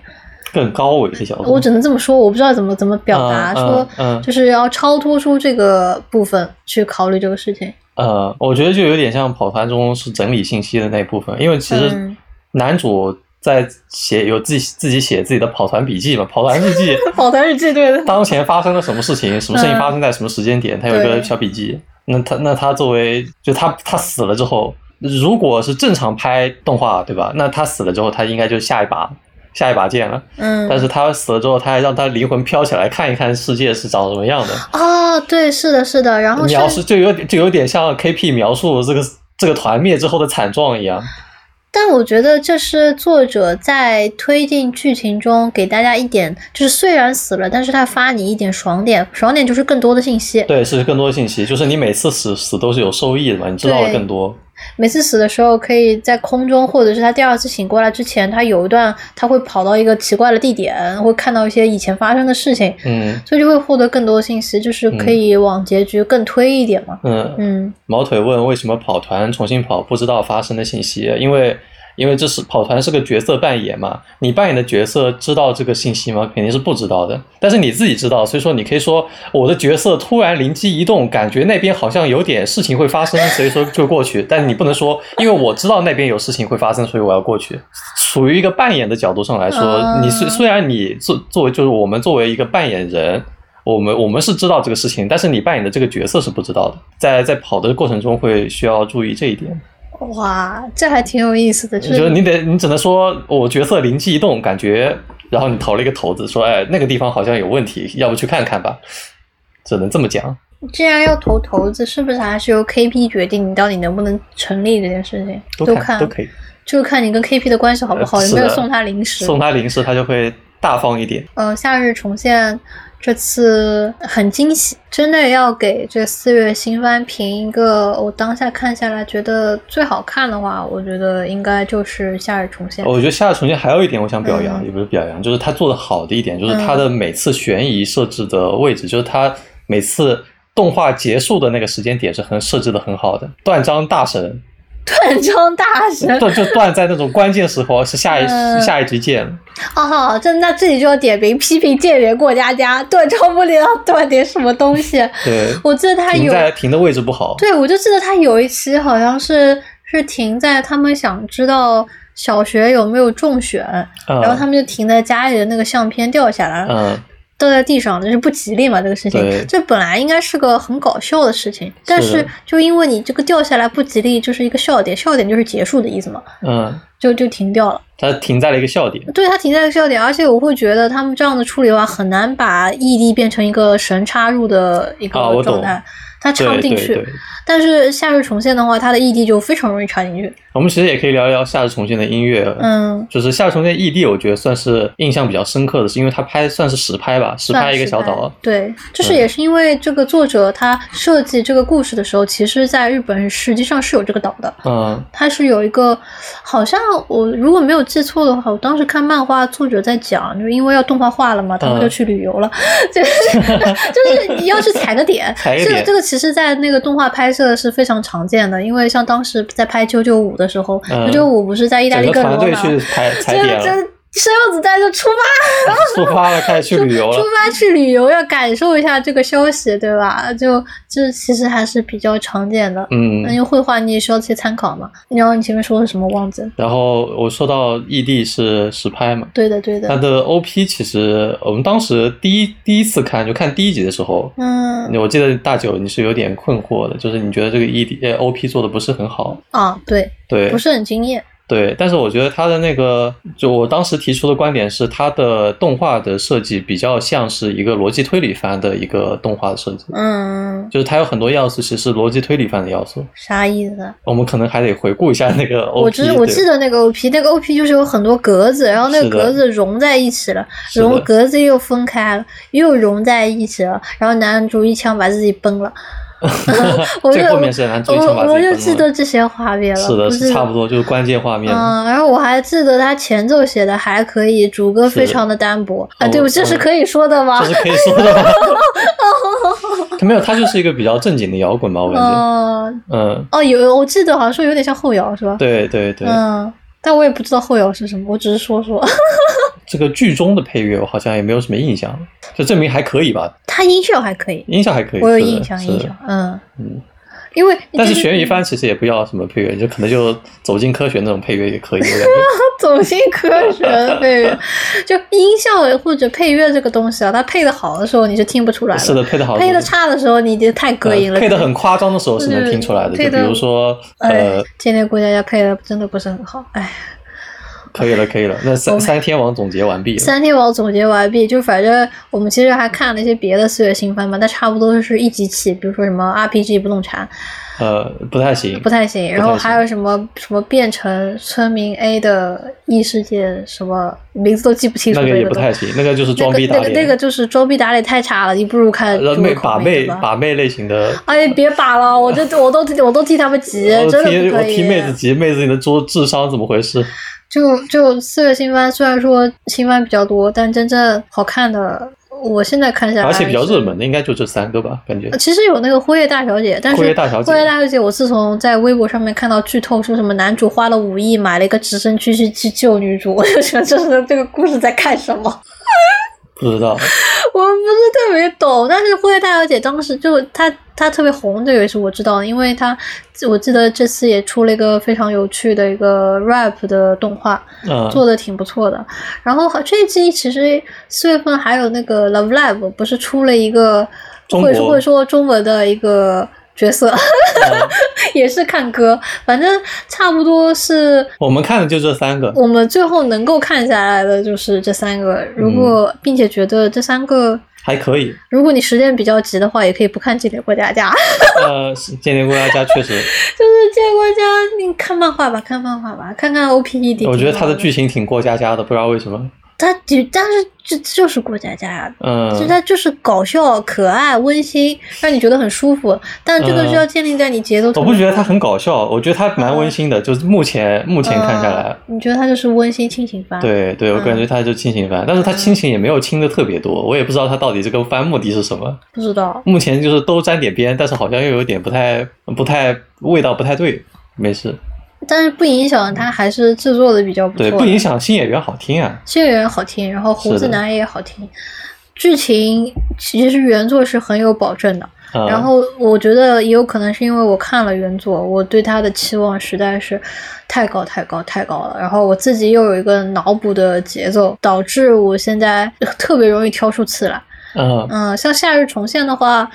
Speaker 2: 更高维的角度。
Speaker 1: 我只能这么说，我不知道怎么怎么表达，
Speaker 2: 嗯
Speaker 1: 说
Speaker 2: 嗯嗯
Speaker 1: 就是要超脱出这个部分去考虑这个事 <laughs> 情。
Speaker 2: 呃，我觉得就有点像跑团中是整理信息的那一部分，因为其实
Speaker 1: 嗯
Speaker 2: 男主在写有自己自己写自己的跑团笔记嘛，跑团日
Speaker 1: <laughs>
Speaker 2: 记
Speaker 1: 跑团日记对的，
Speaker 2: 当前发生了什么事情，什么事情
Speaker 1: 嗯
Speaker 2: 发生在什么时间点，他有一
Speaker 1: 对
Speaker 2: 个小笔记。那他那他作为就他他死了之后，如果是正常拍动画对吧？那他死了之后，他应该就下一把下一把剑了。
Speaker 1: 嗯，
Speaker 2: 但是他死了之后，他还让他灵魂飘起来看一看世界是长什么样的。
Speaker 1: 哦，对，是的，是的，然后
Speaker 2: 描
Speaker 1: 啊是
Speaker 2: 述就有点就有点像 KP 描述这个这个团灭之后的惨状一样。
Speaker 1: 但我觉得这是作者在推进剧情中给大家一点，就是虽然死了，但是他发你一点爽点，爽点就是更多的信息。
Speaker 2: 对，是更多的信息，就是你每次死死都是有收益的嘛，你知道了更多。
Speaker 1: 每次死的时候，可以在空中，或者是他第二次醒过来之前，他有一段他会跑到一个奇怪的地点，会看到一些以前发生的事情，
Speaker 2: 嗯
Speaker 1: 所以就会获得更多信息，就是可以往结局更推一点嘛。
Speaker 2: 嗯，
Speaker 1: 嗯
Speaker 2: 毛腿问为什么跑团重新跑不知道发生的信息，因为因为这是跑团是个角色扮演嘛，你扮演的角色知道这个信息吗？肯定是不知道的，但是你自己知道，所以说你可以说我的角色突然灵机一动，感觉那边好像有点事情会发生，所以说就过去。 <laughs> 但你不能说，因为我知道那边有事情会发生，所以我要过去。属于一个扮演的角度上来说，你虽虽然你作作为就是我们作为一个扮演人。我们我们是知道这个事情，但是你扮演的这个角色是不知道的，在在跑的过程中会需要注意这一点。
Speaker 1: 嗯哇，这还挺有意思的。
Speaker 2: 就是你得你只能说我角色灵机一动，感觉然后你投了一个骰子，说哎那个地方好像有问题，要不去看看吧，只能这么讲。
Speaker 1: 既然要投骰子，是不是还是由 KP 决定你到底能不能成立这件事情？
Speaker 2: 都
Speaker 1: 看
Speaker 2: 都可以，
Speaker 1: 就是看你跟 KP 的关系好不好，有没有送他零食。
Speaker 2: 呃送他零食，他就会大方一点。
Speaker 1: 嗯、呃，夏日重现。这次很惊喜，真的要给这四月新番评一个。我当下看下来，觉得最好看的话，我觉得应该就是《夏日重现》。 <laughs>
Speaker 2: 我觉得《夏日重现》还有一点我想表扬，嗯、也不是表扬，就是他做的好的一点，就是他的每次悬疑设置的位置，嗯、就是他每次动画结束的那个时间点是很设置的很好的。断章大神，
Speaker 1: 断章大神，
Speaker 2: <laughs> 断就断在那种关键时候，是下一、嗯、下一集见。
Speaker 1: 哦，这那自己就要点名批评店员过家家，断章不离要断点什么东西。
Speaker 2: 对，
Speaker 1: 我记得他有
Speaker 2: 在停的位置不好。
Speaker 1: 对，我就记得他有一期好像是是停在他们想知道小学有没有中选，嗯、然后他们就停在家里的那个相片掉下来了。
Speaker 2: 嗯
Speaker 1: 掉在地上，就是不吉利嘛。这个事情，这本来应该是个很搞笑的事情，但是就因为你这个掉下来不吉利，就是一个笑点，笑点就是结束的意思嘛。
Speaker 2: 嗯，
Speaker 1: 就就停掉了。
Speaker 2: 它停在了一个笑点。
Speaker 1: 对，它停在了笑点，而且我会觉得他们这样的处理的话，很难把异地变成一个神插入的一个状态。
Speaker 2: 啊
Speaker 1: 它插不进去，
Speaker 2: 对对对
Speaker 1: 但是夏日重现的话，它的 ED 就非常容易插进去。
Speaker 2: 我们其实也可以聊一聊夏日重现的音乐，
Speaker 1: 嗯，
Speaker 2: 就是夏日重现 ED，我觉得算是印象比较深刻的是，因为它拍算是实拍吧，实拍一个小岛。
Speaker 1: 对，就是也是因为这个作者他设计这个故事的时候，嗯、其实在日本实际上是有这个岛的，
Speaker 2: 嗯，
Speaker 1: 它是有一个，好像我如果没有记错的话，我当时看漫画作者在讲，就是因为要动画化了嘛，他们就去旅游了， <laughs> 嗯、就是就是你要去踩个点，
Speaker 2: <laughs> 踩个点，
Speaker 1: 这个这个。其实，在那个动画拍摄是非常常见的，因为像当时在拍《九九五》的时候，嗯《九九五》不是在意大利更多嘛，
Speaker 2: 去踩
Speaker 1: <laughs>
Speaker 2: 踩点
Speaker 1: 了，生肉子弹就出发，
Speaker 2: 出发了，开始去旅
Speaker 1: <laughs>
Speaker 2: 游了，
Speaker 1: 出发去旅游，要感受一下这个消息，对吧？就这其实还是比较常见的，
Speaker 2: 嗯，
Speaker 1: 因为绘画你也需要去参考嘛。然后你前面说的什么忘记了？
Speaker 2: 然后我说到异地是实拍嘛，
Speaker 1: 对的对的。
Speaker 2: 它的 OP 其实我们当时第一第一次看就看第一集的时候，
Speaker 1: 嗯，
Speaker 2: 我记得大九你是有点困惑的，就是你觉得这个异地呃 OP 做的不是很好
Speaker 1: 啊，对
Speaker 2: 对，
Speaker 1: 不是很惊艳。
Speaker 2: 对，但是我觉得他的那个，就我当时提出的观点是，他的动画的设计比较像是一个逻辑推理番的一个动画的设计，
Speaker 1: 嗯，
Speaker 2: 就是它有很多要素，其实是逻辑推理番的要素。
Speaker 1: 啥意思？啊
Speaker 2: 我们可能还得回顾一下那个 OP。
Speaker 1: 我知我记得那个 OP，那个 OP 就是有很多格子，然后那个格子融在一起了，融格子又分开了，又融在一起了，然后男主一枪把自己崩了。
Speaker 2: <laughs>
Speaker 1: 我就我我就记得这些画面了，
Speaker 2: 是的，是差不多就是关键画面。
Speaker 1: 嗯，然后我还记得他前奏写的还可以，主歌非常的单薄啊。对，我这是可以说的吗？
Speaker 2: 哦这是可以说的吗？
Speaker 1: <laughs>
Speaker 2: 他没有，他就是一个比较正经的摇滚吧，我感觉。嗯。
Speaker 1: 哦，有，我记得好像说有点像后摇，是吧？
Speaker 2: 对对对。
Speaker 1: 嗯，但我也不知道后摇是什么，我只是说说。 <laughs>
Speaker 2: 这个剧中的配乐我好像也没有什么印象，就证明还可以吧。
Speaker 1: 它音效还可以，
Speaker 2: 音效还可以，
Speaker 1: 我有印象，印象，嗯
Speaker 2: 嗯。
Speaker 1: 因为
Speaker 2: 但是悬疑番其实也不要什么配乐，就可能就走进科学那种配乐也可以。
Speaker 1: <laughs> 走进科学的配
Speaker 2: <laughs>
Speaker 1: 乐，就音效或者配乐这个东西啊，它配的好的时候你是听不出来的，
Speaker 2: 是的，配的好，呃
Speaker 1: 配的差的时候你就太膈应了。
Speaker 2: 配的很夸张的时候是能听出来的，就比如说呃，
Speaker 1: 哎今天郭佳佳配的真的不是很好，哎。
Speaker 2: 可以了，可以了。那三三天王总结完毕了。
Speaker 1: 三天王总结完毕，就反正我们其实还看了一些别的四月新番嘛，但差不多是一集起，比如说什么 RPG 不动产，
Speaker 2: 呃，不太行，
Speaker 1: 不太行。然后还有什么什么变成村民 A 的异世界，什么名字都记不清楚。
Speaker 2: 那个也不太行，那个就是装逼打
Speaker 1: 脸。那个那个就是装逼打脸太差了，你不如看
Speaker 2: 妹把妹把妹类型的。
Speaker 1: 哎，别把
Speaker 2: <laughs>
Speaker 1: 了，我这我都我都替他们急，真的不
Speaker 2: 可以。我替妹子急，妹子你的智智商怎么回事？
Speaker 1: 就就四月新番，虽然说新番比较多，但真正好看的，我现在看下来，
Speaker 2: 而且比较热门的应该就这三个吧，感觉。
Speaker 1: 呃其实有那个辉夜大小姐，但是
Speaker 2: 辉夜大小姐
Speaker 1: 辉夜大小姐，我自从在微博上面看到剧透说什么男主花了五亿买了一个直升机去去救女主， <laughs> 我就觉得这是这个故事在干什么。 <laughs>
Speaker 2: 不知道，
Speaker 1: 我不是特别懂，但是辉夜大小姐当时就她她特别红，这个也是我知道的，因为她我记得这次也出了一个非常有趣的一个 rap 的动画，
Speaker 2: 嗯，
Speaker 1: 做的挺不错的。然后这一季其实四月份还有那个 Love Live 不是出了一个
Speaker 2: 中
Speaker 1: 会
Speaker 2: 国
Speaker 1: 会说中文的一个角色，
Speaker 2: 嗯
Speaker 1: <laughs> 也是看歌，反正差不多是
Speaker 2: 我们看的就这三个，
Speaker 1: 我们最后能够看下来的就是这三个。如果、
Speaker 2: 嗯
Speaker 1: 并且觉得这三个
Speaker 2: 还可以。
Speaker 1: 如果你时间比较急的话，也可以不看《间谍过家家》。 <laughs>
Speaker 2: 呃，是《间谍过家家》确实，
Speaker 1: 就是《间谍过家家》，你看漫画吧，看漫画吧，看看 O P E D。
Speaker 2: 我觉得它的剧，情挺过家家的，不知道为什么。
Speaker 1: 它就但是这就是过家家呀，
Speaker 2: 嗯，
Speaker 1: 就它就是搞笑、可爱、温馨，让你觉得很舒服。但这个是要建立在你节奏。
Speaker 2: 嗯我不觉得它很搞笑，我觉得它蛮温馨的，就是目前目前看下来
Speaker 1: 嗯，你觉得它就是温馨亲情番？，
Speaker 2: 对对，我
Speaker 1: 嗯
Speaker 2: 感觉它就亲情番，但是它亲情也没有亲的特别多，我也不知道它到底这个番目的是什么。
Speaker 1: 不知道。
Speaker 2: 目前就是都沾点边，但是好像又有点不太不太味道不太对。没事，
Speaker 1: 但是不影响它还是制作的比较不错
Speaker 2: 对，
Speaker 1: 的。
Speaker 2: 不影响新演员好听啊。
Speaker 1: 新演员好听，然后胡
Speaker 2: 是
Speaker 1: 子
Speaker 2: 的
Speaker 1: 男也好听。剧情其实原作是很有保证的，
Speaker 2: 嗯、
Speaker 1: 然后我觉得也有可能是因为我看了原作，我对他的期望实在是太高太高太高了。然后我自己又有一个脑补的节奏，导致我现在 <laughs> 特别容易挑出刺来。
Speaker 2: 嗯，
Speaker 1: 嗯，像《夏日重现》的话，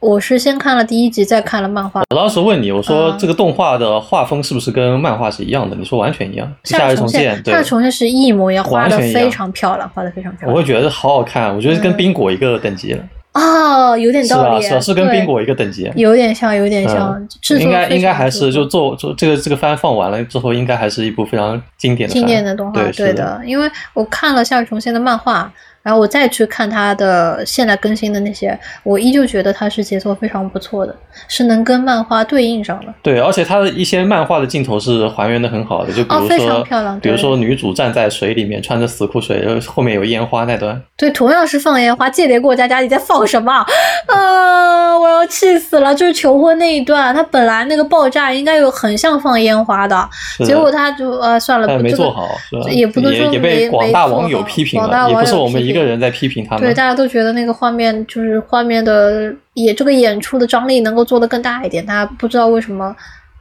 Speaker 1: 我是先看了第一集，再看了漫画。
Speaker 2: 我当时问你，我说
Speaker 1: 嗯
Speaker 2: 这个动画的画风是不是跟漫画是一样的？你说完全一样，《夏
Speaker 1: 日
Speaker 2: 日重
Speaker 1: 现
Speaker 2: 现》，
Speaker 1: 夏日
Speaker 2: 对，
Speaker 1: 重现是一模一样，画
Speaker 2: 完
Speaker 1: 的
Speaker 2: 全一
Speaker 1: 非
Speaker 2: 样
Speaker 1: 常漂亮，画的非常漂
Speaker 2: 我会
Speaker 1: 亮。
Speaker 2: 觉得好好看，我觉得跟
Speaker 1: 嗯
Speaker 2: 冰果一个等级了，
Speaker 1: 哦，有点
Speaker 2: 是
Speaker 1: 道
Speaker 2: 吧？
Speaker 1: 理，
Speaker 2: 是吧？是跟
Speaker 1: 对
Speaker 2: 冰果一个等级。啊
Speaker 1: 有点像，有点像，制作
Speaker 2: 应该
Speaker 1: 非
Speaker 2: 应该
Speaker 1: 常
Speaker 2: 还
Speaker 1: 出
Speaker 2: 是
Speaker 1: 色
Speaker 2: 就做做这个这个番放完了之后，应该还是一部非常经典的番
Speaker 1: 经典的动画，
Speaker 2: 对
Speaker 1: 对
Speaker 2: 是的，
Speaker 1: 因为我看了夏日重现的漫画，然后我再去看它的现在更新的那些，我依旧觉得它是节奏非常不错的，是能跟漫画对应上的。
Speaker 2: 对，而且它的一些漫画的镜头是还原的很好的，就比
Speaker 1: 哦
Speaker 2: 如
Speaker 1: 非
Speaker 2: 说，
Speaker 1: 常漂亮
Speaker 2: 比如
Speaker 1: 对
Speaker 2: 说女主站在水里面穿着死裤水，然后后面有烟花那段，
Speaker 1: 对，同样是放烟花，间谍过家家，你在放什么？啊，我要气死了！就是求婚那一段，它本来那个爆炸应该有很像放烟花的，
Speaker 2: 是的
Speaker 1: 结果他就呃算了，
Speaker 2: 但
Speaker 1: 不
Speaker 2: 没
Speaker 1: 这
Speaker 2: 做
Speaker 1: 个
Speaker 2: 好，是吧？
Speaker 1: 也不能说
Speaker 2: 也
Speaker 1: 没
Speaker 2: 被广
Speaker 1: 没
Speaker 2: 大
Speaker 1: 做
Speaker 2: 网友
Speaker 1: 好
Speaker 2: 批评
Speaker 1: 广大
Speaker 2: 了，也
Speaker 1: 网
Speaker 2: 不是
Speaker 1: 友
Speaker 2: 我们
Speaker 1: 批
Speaker 2: 一个
Speaker 1: 评
Speaker 2: 人在批评他
Speaker 1: 对，
Speaker 2: 们
Speaker 1: 大。家都觉得那个画面就是画面的也这个演出的张力能够做得更大一点，大家不知道为什么，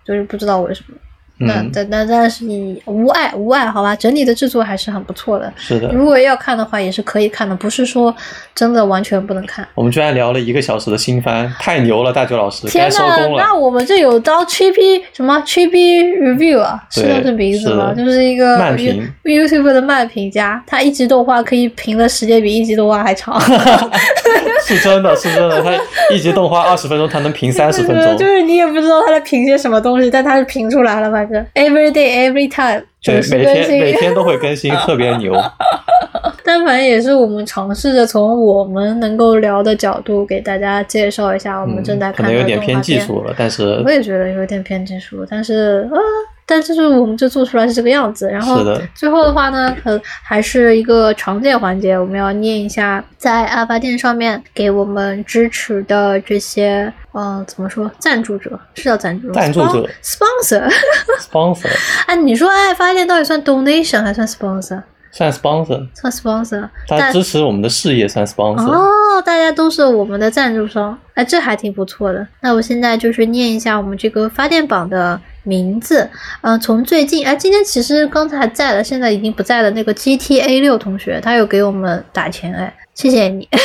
Speaker 1: 就是不知道为什么。那
Speaker 2: 嗯，
Speaker 1: 但但但是以无碍无碍，好吧，整体的制作还是很不错的。
Speaker 2: 是的。
Speaker 1: 如果要看的话，也是可以看的，不是说真的完全不能看。
Speaker 2: 我们居然聊了一个小时的新番，太牛了，大九老师，
Speaker 1: 天
Speaker 2: 该收
Speaker 1: 呐，
Speaker 2: 工
Speaker 1: 那
Speaker 2: 了。
Speaker 1: 我们这有到 Chibi 什么 Chibi Review 啊，是
Speaker 2: 对
Speaker 1: 叫这名字吗？
Speaker 2: 是的
Speaker 1: 就是一个
Speaker 2: 慢评
Speaker 1: You- YouTube 的漫评家，他一集动画可以评的时间比一集动画还
Speaker 2: <laughs>
Speaker 1: 长。
Speaker 2: 是真的，是真的，他一集动画二十分钟，他能评 <laughs> 三十分
Speaker 1: <laughs>
Speaker 2: 钟
Speaker 1: 就。是你也不知道他在评些什么东西，但他是评出来了，反正 every day every time
Speaker 2: 对
Speaker 1: 准，时
Speaker 2: 每
Speaker 1: 更
Speaker 2: 天每
Speaker 1: 新。
Speaker 2: 天都会
Speaker 1: <laughs>
Speaker 2: 更新，特别牛。
Speaker 1: 但反正也是我们尝试着从我们能够聊的角度给大家介绍一下我们
Speaker 2: 嗯
Speaker 1: 正在，
Speaker 2: 可
Speaker 1: 看
Speaker 2: 能
Speaker 1: 的
Speaker 2: 有
Speaker 1: 动
Speaker 2: 点
Speaker 1: 画
Speaker 2: 偏技
Speaker 1: 片。
Speaker 2: 术了，但是
Speaker 1: <laughs> 我也觉得有点偏技术，但是啊，但就是我们就做出来是这个样子。然后
Speaker 2: 是的
Speaker 1: 最后的话呢，呃，还是一个常见环节，我们要念一下在阿发店上面给我们支持的这些，嗯、怎么说，赞助者是叫赞助者，
Speaker 2: 赞助者
Speaker 1: sponsor。
Speaker 2: sponsor
Speaker 1: <laughs> 哎，你说爱发电到底算 donation 还算 sponsor？
Speaker 2: 算 sponsor，
Speaker 1: 算 sponsor？
Speaker 2: 他
Speaker 1: 但
Speaker 2: 支持我们的事业算 sponsor。
Speaker 1: 哦，大家都是我们的赞助商，哎，这还挺不错的。那我现在就是念一下我们这个发电榜的名字，嗯、从最近，哎，今天其实刚才还在的，现在已经不在的那个 GTA 六同学，他有给我们打钱，哎，谢谢你。 <laughs>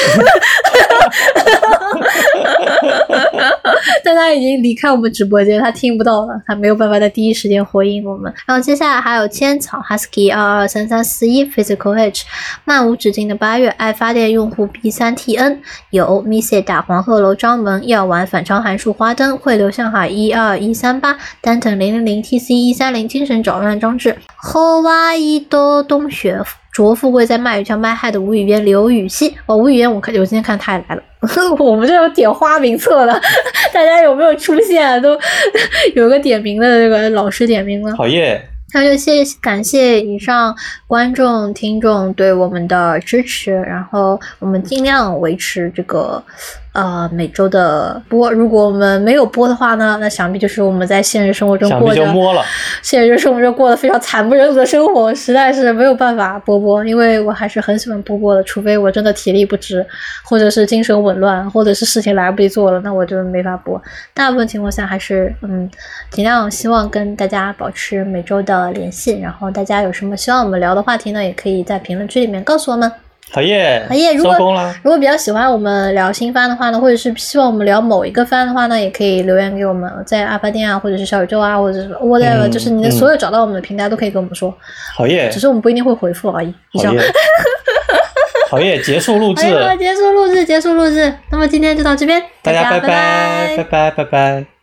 Speaker 1: 但他已经离开我们直播间，他听不到了，他没有办法在第一时间回应我们。然后接下来还有千草 Husky 二二三三四一 Physical H 漫无止境的八月，爱发电用户 B 三 TN 有 m i s i 打黄鹤楼张门，药丸反常函数花灯，汇流向海一二一三八，丹腾零零零 TC 一三零精神扰乱装置，Hawaii 多冬雪。卓富贵在卖鱼叫卖嗨的吴语嫣、刘禹锡，哦，吴语嫣，我看我今天看他也来了， <laughs> 我们这有点花名册了， <laughs> 啊大家有没有出现？都有个点名的这个老师点名了，
Speaker 2: 好耶，
Speaker 1: 那就谢感谢以上观众、听众对我们的支持，然后我们尽量维持这个呃每周的播。如果我们没有播的话呢，那想必就是我们在现实生活中
Speaker 2: 想
Speaker 1: 过
Speaker 2: 必就
Speaker 1: 着
Speaker 2: 摸了。
Speaker 1: 现实生活中过得非常惨不忍睹的生活，实在是没有办法波波，因为我还是很喜欢波波的，除非我真的体力不支，或者是精神紊乱，或者是事情来不及做了，那我就没法播。大部分情况下还是嗯，尽量希望跟大家保持每周的联系，然后大家有什么希望我们聊的话题呢，也可以在评论区里面告诉我们。
Speaker 2: 好耶，
Speaker 1: 好耶如
Speaker 2: 收
Speaker 1: 果
Speaker 2: 工啦！
Speaker 1: 如果比较喜欢我们聊新番的话呢，或者是希望我们聊某一个番的话呢，也可以留言给我们，在阿发店啊，或者是小宇宙啊，或者是 whatever，、
Speaker 2: 嗯
Speaker 1: 就是你的
Speaker 2: 嗯
Speaker 1: 所有找到我们的平台都可以跟我们说，啊
Speaker 2: 好耶
Speaker 1: 只，是我们不一定会回复而已。以
Speaker 2: 好
Speaker 1: 上，
Speaker 2: 耶， <laughs> 好耶，结束录
Speaker 1: 哎呀，
Speaker 2: 制，
Speaker 1: 结束录制，结束录制，那么今天就到这边，
Speaker 2: 大家
Speaker 1: 家
Speaker 2: 拜
Speaker 1: 拜
Speaker 2: 拜，拜拜，拜拜。